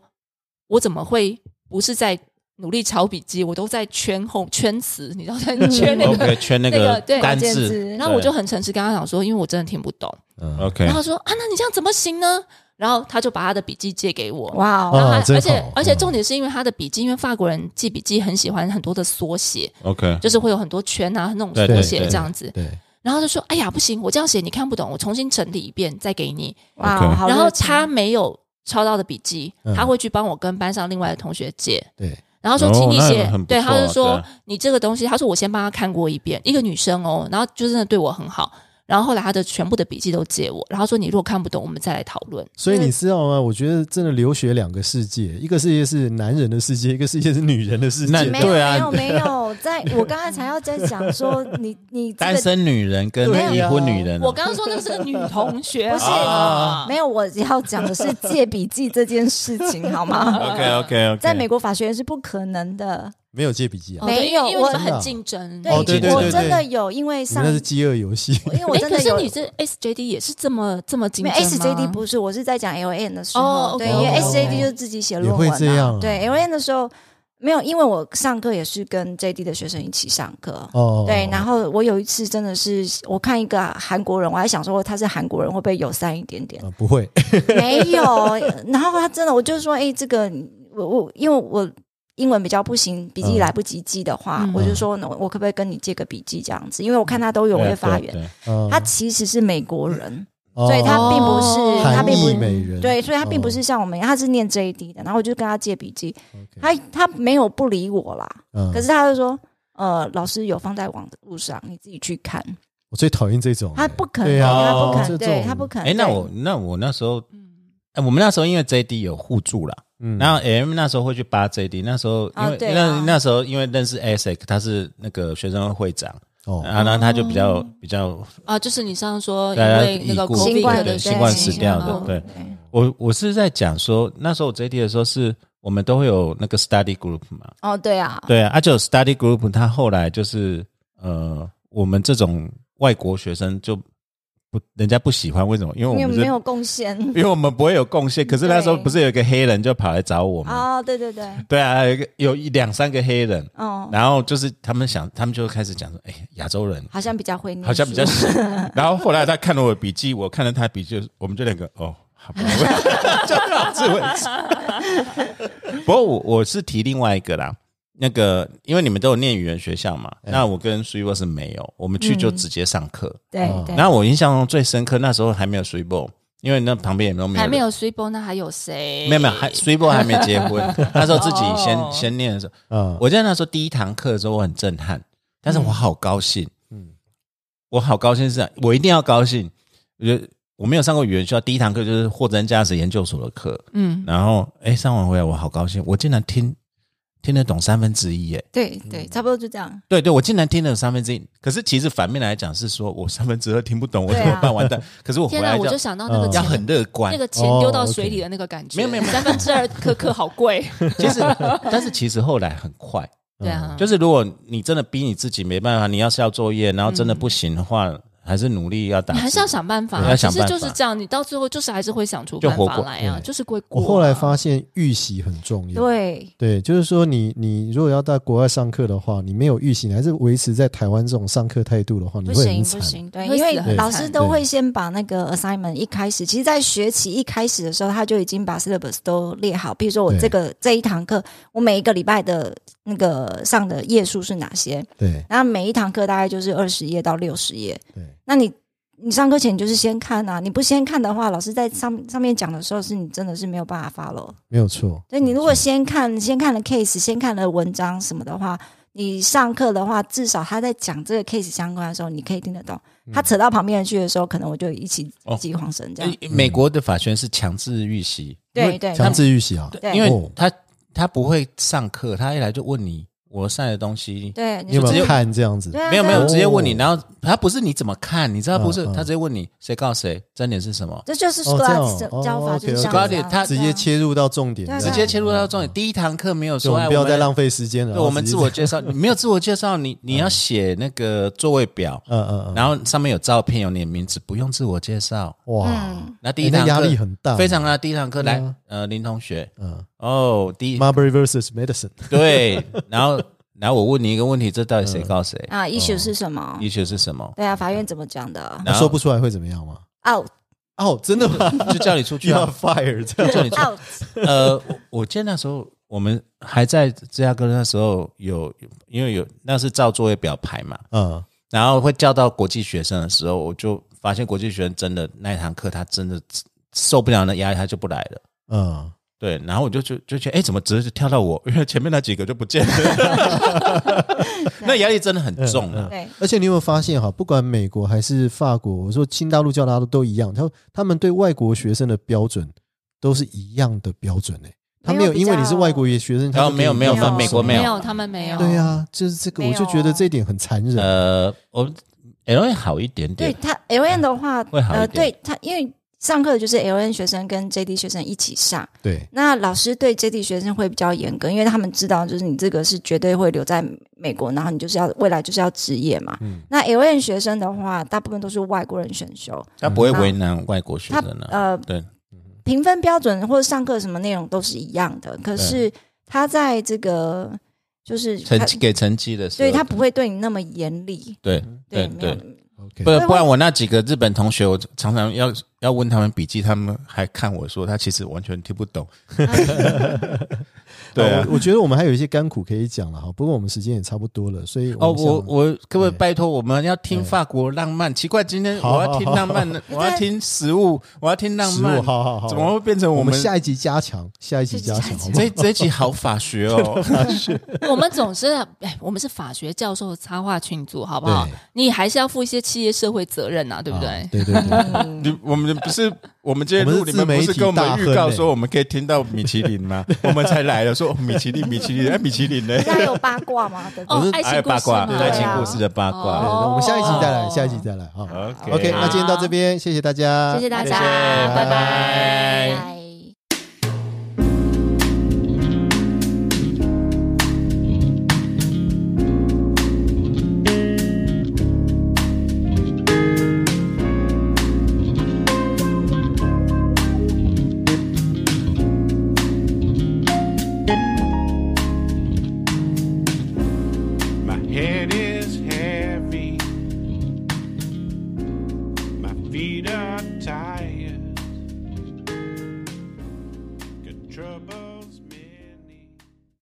D: 我怎么会不是在努力抄笔记，我都在圈后圈词，你知道在圈那个。
B: OK，圈那
D: 那
B: 个
D: 个对
B: 单
C: 关键
B: 字，
C: 字
D: 然后我就很诚实跟他讲说，因为我真的听不懂。
A: 嗯，
E: OK，
D: 然后他说啊，那你这样怎么行呢？然后他就把他的笔记借给我，
C: 哇
A: 啊
C: 哦，
D: 然后他、
A: 真
D: 而且
A: 好
D: 而且重点是因为他的笔记，因为法国人记笔记很喜欢很多的缩写，
E: OK，
D: 就是会有很多圈啊那种
B: 对
D: 缩
A: 对
D: 写
B: 对
D: 这样子。
A: 对，
D: 然后他就说：“哎呀，不行，我这样写你看不懂，我重新整理一遍再给你。
C: 哇哦
E: OK
C: 好”热
D: 然后
C: 情
D: 他没有抄到的笔记，
A: 嗯
D: 他会去帮我跟班上另外的同学借。
A: 对，
D: 然后说
E: 哦：“
D: 请你
E: 那
D: 写。
E: 很不
D: 对，
E: 错
D: 他
E: 啊
D: 就说
E: 对：“
D: 你这个东西，他说我先帮他看过一遍，一个女生哦，然后就真的对我很好。然后后来他的全部的笔记都借我，然后说你如果看不懂，我们再来讨论。
A: 所以你知道吗？我觉得真的留学两个世界，一个世界是男人的世界，一个世界是女人的世界
B: 那。
C: 没有
B: 对
C: 没
B: 啊
C: 有没 有，在我刚才才要在讲说你你这
B: 单
C: 个
B: 身女人跟
A: 对啊
B: 已婚女人哦，
D: 我刚刚说那个是个女同 学，
C: 不是
D: 啊
C: 没有，我要讲的是借笔记这件事情，好吗？
E: OK OK OK，
C: 在美国法学院是不可能的。
A: 没有借笔记啊
D: 哦，
C: 没
D: 对因
C: 有
D: 为因为
C: 我
D: 你们很竞争。
C: 对，
A: 哦对对
C: 我
A: 对
C: 真的
A: 对
C: 有，因为
A: 你
C: 上
A: 们那是哎饥饿游戏。
C: 因为我
D: 诶
C: 真
D: 哎可
C: 的
D: 是
C: 有
D: 你这 SJD 也是这么这么竞
C: 没
D: 争
C: 有
D: 吗
C: SJD 不是，我是在讲 LN 的时
D: 哦
C: 候，
D: ，OK，
C: 对，因为
A: OK，OK
C: SJD 就自己写论
A: 也
C: 文
A: 会这样
C: 啊
A: 啊，
C: 对 LN 的时候没有，因为我上课也是跟 JD 的学生一起上课。
A: 哦，
C: 对，然
A: 后
C: 后我有一次真的是，我看一个韩国人，我还想说他是韩国人，会不会友善一点点？
A: 啊不会，
C: 没有。然后他真的，我就说，哎、这个我我因为我英文比较不行，笔记来不及记的话，
D: 嗯
C: 我就说，那我我可不可以跟你借个笔记这样子？因为我看他都有会发言，
B: 对，
A: 嗯
C: 他其实是美国人，
A: 哦
C: 所以他并不
D: 哦
C: 是，他
A: 韩
C: 并不
A: 裔
C: 是。
A: 美人，
C: 对，所以他并不
A: 哦
C: 是像我们一样，他是念 JD 的，然后我就跟他借笔记，
A: OK
C: 他他没有不理我啦，
A: 嗯
C: 可是他就说，呃，老师有放在网路上，你自己去看，
A: 我最讨厌这种，
C: 他不肯，
A: 对啊
C: 他不
A: 这
C: 肯，
A: 种
C: 对他不 肯，
B: 哎，那
C: 对嗯
B: 我那我那时候，哎，我们那时候因为 JD 有互助啦，
A: 嗯
B: 然后 M 那时候会去扒 JD，那时候因
C: 啊
B: 为
C: 对啊
B: 那那时候因为认识 ASIC，他是那个学生会会长，
A: 哦，
B: 啊，然后他就比较
C: 嗯
B: 比较
D: 啊，就是你上次说因
B: 大家
D: 为那个
B: 已故
D: COVID
C: 新冠哦
D: 的
C: 对
B: 新冠死掉
D: 事情
B: 的
D: 啊，
B: 对。
C: 对
B: 我我是在讲说，那时候我 JD 的时候是，我们都会有那个 study group 嘛，
C: 哦，对啊，
B: 对啊，啊就有 study group，他后来就是呃，我们这种外国学生就不人家不喜欢，为什么？因为我
C: 因为
B: 们是
C: 没有贡献
B: 因为我们不会有贡献。可是那时候
C: 对
B: 不是有一个黑人就跑来找我们，
C: 哦，对对对，
B: 对啊，有一个有一两三个黑人，
C: 哦，
B: 然后就是他们想，他们就开始讲说，哎，亚洲人
C: 好像比较会念书，
B: 好像 比较喜，然后后来他看了我的笔记，我看了他的笔记，我们就两个哦，好吧， 就好自问。 不过我我是提另外一个啦，那个因为你们都有念语言学校嘛，那我跟苏一波是没有，我们去就直接上课。
C: 对
A: 哦
C: 嗯对。
B: 然后我印象中最深刻，那时候还没有苏一波，因为那旁边也都没有人
D: 还没有 s w e b o 那还有谁？
B: 没有没有还苏一波还没结 婚，那时候自己先、
D: 哦
B: 先念的时候，
A: 嗯，
B: 我记得那时候第一堂课的时候我很震撼，但是我好高兴，嗯，我好高兴是这样，我一定要高兴，我觉得我没有上过语言学校，第一堂课就是货真价实研究所的课，
D: 嗯，
B: 然后哎上完回来我好高兴，我竟然听听得懂三分之一耶！
C: 对
A: 嗯
C: 对，差不多就这样。
B: 对对，我竟然听了三分之一。可是其实反面来讲是说我三分之二听不懂，我
C: 对
B: 怎
C: 啊
B: 么办？完蛋！可是我回
D: 天
B: 来
D: 我
B: 就
D: 就想到那个
A: 嗯
B: 要
D: 钱
B: 很乐观
D: 那，个钱
A: 哦
D: 丢到
A: OK
D: 水里的那个感觉，
B: 没有没有没有
D: 三分 之二颗颗好贵，
B: 其 实但是其实后来很快，
D: 对啊，
B: 嗯就是如果你真的逼你自己没办法，你要是要作业，然后真的不行的话，还是努力要打
D: 你
B: 字，
D: 还是要想办法
B: 对要
D: 啊，其
B: 想
D: 实
B: 办法
D: 就是这样，你到最后就是还是会想出
B: 就嗯
D: 办
B: 活
D: 法
B: 过
D: 来啊，
A: 对
D: 就是会过
A: 我
D: 啊。
A: 后来发现预习很重要。
C: 对，
A: 对，就是说你你如果要到国外上课的话，你没有预习，你还是维持在台湾这种上课态度的话，你
C: 不
A: 会很
C: 行不
A: 惨。
C: 行，对，
D: 会
C: 因
D: 死
C: 为
D: 得很
C: 老
D: 惨
C: 师都
A: 对
C: 会先把那个 assignment 一开始，其实，在学期一开始的时候，他就已经把 syllabus 都列好。比如说我
A: 对
C: 这个这一堂课，我每一个礼拜的那个上的页数是哪些，
A: 对
C: 然后每一堂课大概就是二十页到六十页。
A: 对，
C: 那你你上课前你就是先看啊，你不先看的话，老师在上上面讲的时候，是你真的是没有办法 follow。
A: 没有错。
C: 所以你如果先看先看了 case，先看了文章什么的话，你上课的话，至少他在讲这个 case 相关的时候，你可以听得懂。
A: 嗯
C: 他扯到旁边去的时候，可能我就一起
B: 哦
C: 急慌神这样。
B: 诶美国的法学是强制预习，
C: 对对
A: 强制预习啊，
C: 对
B: 因为
A: 哦
B: 他他不会上课，他一来就问你我上的东西。
C: 对，
A: 你有
C: 说
A: 没
B: 直
A: 有
B: 接
A: 看这样子？
C: 对啊，
B: 没有没有，
A: 哦
B: 直接问你，然后他不是你怎么看，你知道不是
A: 嗯，嗯
B: 他直接问你谁告谁，争点是什么，
C: 这就是
A: 哦这样
C: Scratch
A: 哦
C: 的
A: 哦
C: 教法，就是这
A: OK，OK
C: 样子啊。
B: Scratch，他
A: 直接
C: 对啊
A: 切入到重点，
C: 对啊
A: 这
B: 直
A: 样
B: 接切入到重点。第一堂课没有
A: 哦就
B: 说，
A: 我
B: 哎
A: 们不要
B: 我们
A: 再浪费时间了。
B: 对我们
A: 直接
B: 自我 介绍，你没有自我介绍，你你要写那个座位表，
A: 嗯嗯嗯，
B: 然后上面有照片，有你的名字，不用自我介绍。
A: 哇，
C: 嗯，
B: 那第
A: 哎
B: 一
A: 那
B: 堂课
A: 压力很大，
B: 非常啊，第一堂课
A: 对
B: 来
A: 啊，
B: 呃，林同学，
A: 嗯
B: 哦，第一
A: ，Marbury versus Medicine，
B: 对，然后然后我问你一个问题，这到底
A: 嗯
B: 谁告谁？
C: 啊，issue 是什
A: 哦
C: 么？
B: 医学是 什么？
C: 对啊，法院怎么讲的
B: 然后
A: 说不出来会怎么样吗？
C: ？out
A: 哦，真 的吗
B: 就叫你出去
A: ？You are
B: 啊！
A: fired，这
B: 就
A: 样
B: 叫你出。
C: out，
B: 呃，我我记得那时候我们还在芝加哥那时候有，因为有那是照作业表排嘛，
A: 嗯，
B: 然后会叫到国际学生的时候，我就发现国际学生真的那一堂课他真的受不了那压力，他就不来了。
A: 嗯，
B: 对，然后我就就就觉得，哎，怎么直接就跳到我？ 因为前面那几个就不见了，那压力真的很重啊。
C: 对
A: 而且你有没有发现哈，不管美国还是法国，我说新大陆教大陆都一样，他他们对外国学生的标准都是一样的标准诶、他没有
C: 没有比
A: 因
C: 较
A: 为你是外国学生，
B: 然
A: 他就
B: 后
A: 给你
B: 没有
A: 一样的
C: 没
A: 标
C: 有美
A: 准
C: 国没有
D: 有，他们没有，
A: 对啊，就是这个，
C: 没
A: 我
C: 有
A: 就觉得这一点很残忍。
B: 呃，我 L A 好一点
C: 对
B: 点，
C: 他 L N 的话，
B: 会好一
C: 呃，
B: 点
C: 对他，因为上课就是 L N 学生跟 J D 学生一起上，
A: 对，
C: 那老师对 J D 学生会比较严格，因为他们知道就是你这个是绝对会留在美国，然后你就是要未来就是要职业嘛。那 L N 学生的话，大部分都是外国人选修，
B: 他不会为难外国学
C: 他
B: 生的。
C: 呃
B: 啊对，
C: 评分标准或者上课什么内容都是一样的，可是他在这个就是
B: 成
C: 他
B: 绩给成绩的时候，
C: 对他不会对你那么严厉，
B: 对
A: 嗯
B: 对
C: 对，没有
B: 对，
A: OK，
B: 不
C: 会
B: 不然我那几个日本同学，我常常要要问他们笔记，他们还看我说他其实完全听不 懂。 对啊
A: 哦我我觉得我们还有一些甘苦可以讲了哈，不过我们时间也差不多了，所以
B: 哦，
A: 们想
B: 我我各位
A: 对
B: 拜托，我们要听
A: 对
B: 法国浪漫。奇怪，今天
A: 好
B: 我要听
A: 好
B: 浪漫的，我要听食物，我要听浪
A: 食
B: 漫
A: 物，，好好好，
B: 怎么会变成
A: 我
B: 我
A: 们
B: 们
A: 下一集加强，下一集加强，好不好
B: 这这一集好法 学哦？
D: 我们总是哎，我们是法学教授的插画群组，好不好
A: 对？
D: 你还是要负一些企业社会责任呐、啊，对
B: 嗯
D: 不对？
A: 啊对对对，
B: 你我们不是我们今天
A: 我们是
B: 录，你们
A: 自媒
B: 不
A: 体
B: 是跟我
A: 大
B: 们
A: 亨
B: 预告
A: 欸
B: 说我们可以听到米其林 吗？我们才来了，说哦米其林，米其林，哎，米其林呢？
C: 家有八卦吗？对不
D: 哦
C: 对，
D: 爱
B: 哎，
D: 情故
B: 八
D: 事
B: 卦，
D: 嘛，
C: 对
B: 爱情
C: 啊
B: 故事的八卦。
A: 对那我们下一集再来，
D: 哦
A: 下一集再来哈。
B: OK
A: OK，
B: 好
A: 那今天到这边，谢谢大家，
D: 谢谢大家，
C: 谢谢
D: 拜
A: 拜
D: 拜。
C: 拜。
E: My head is heavy. My feet are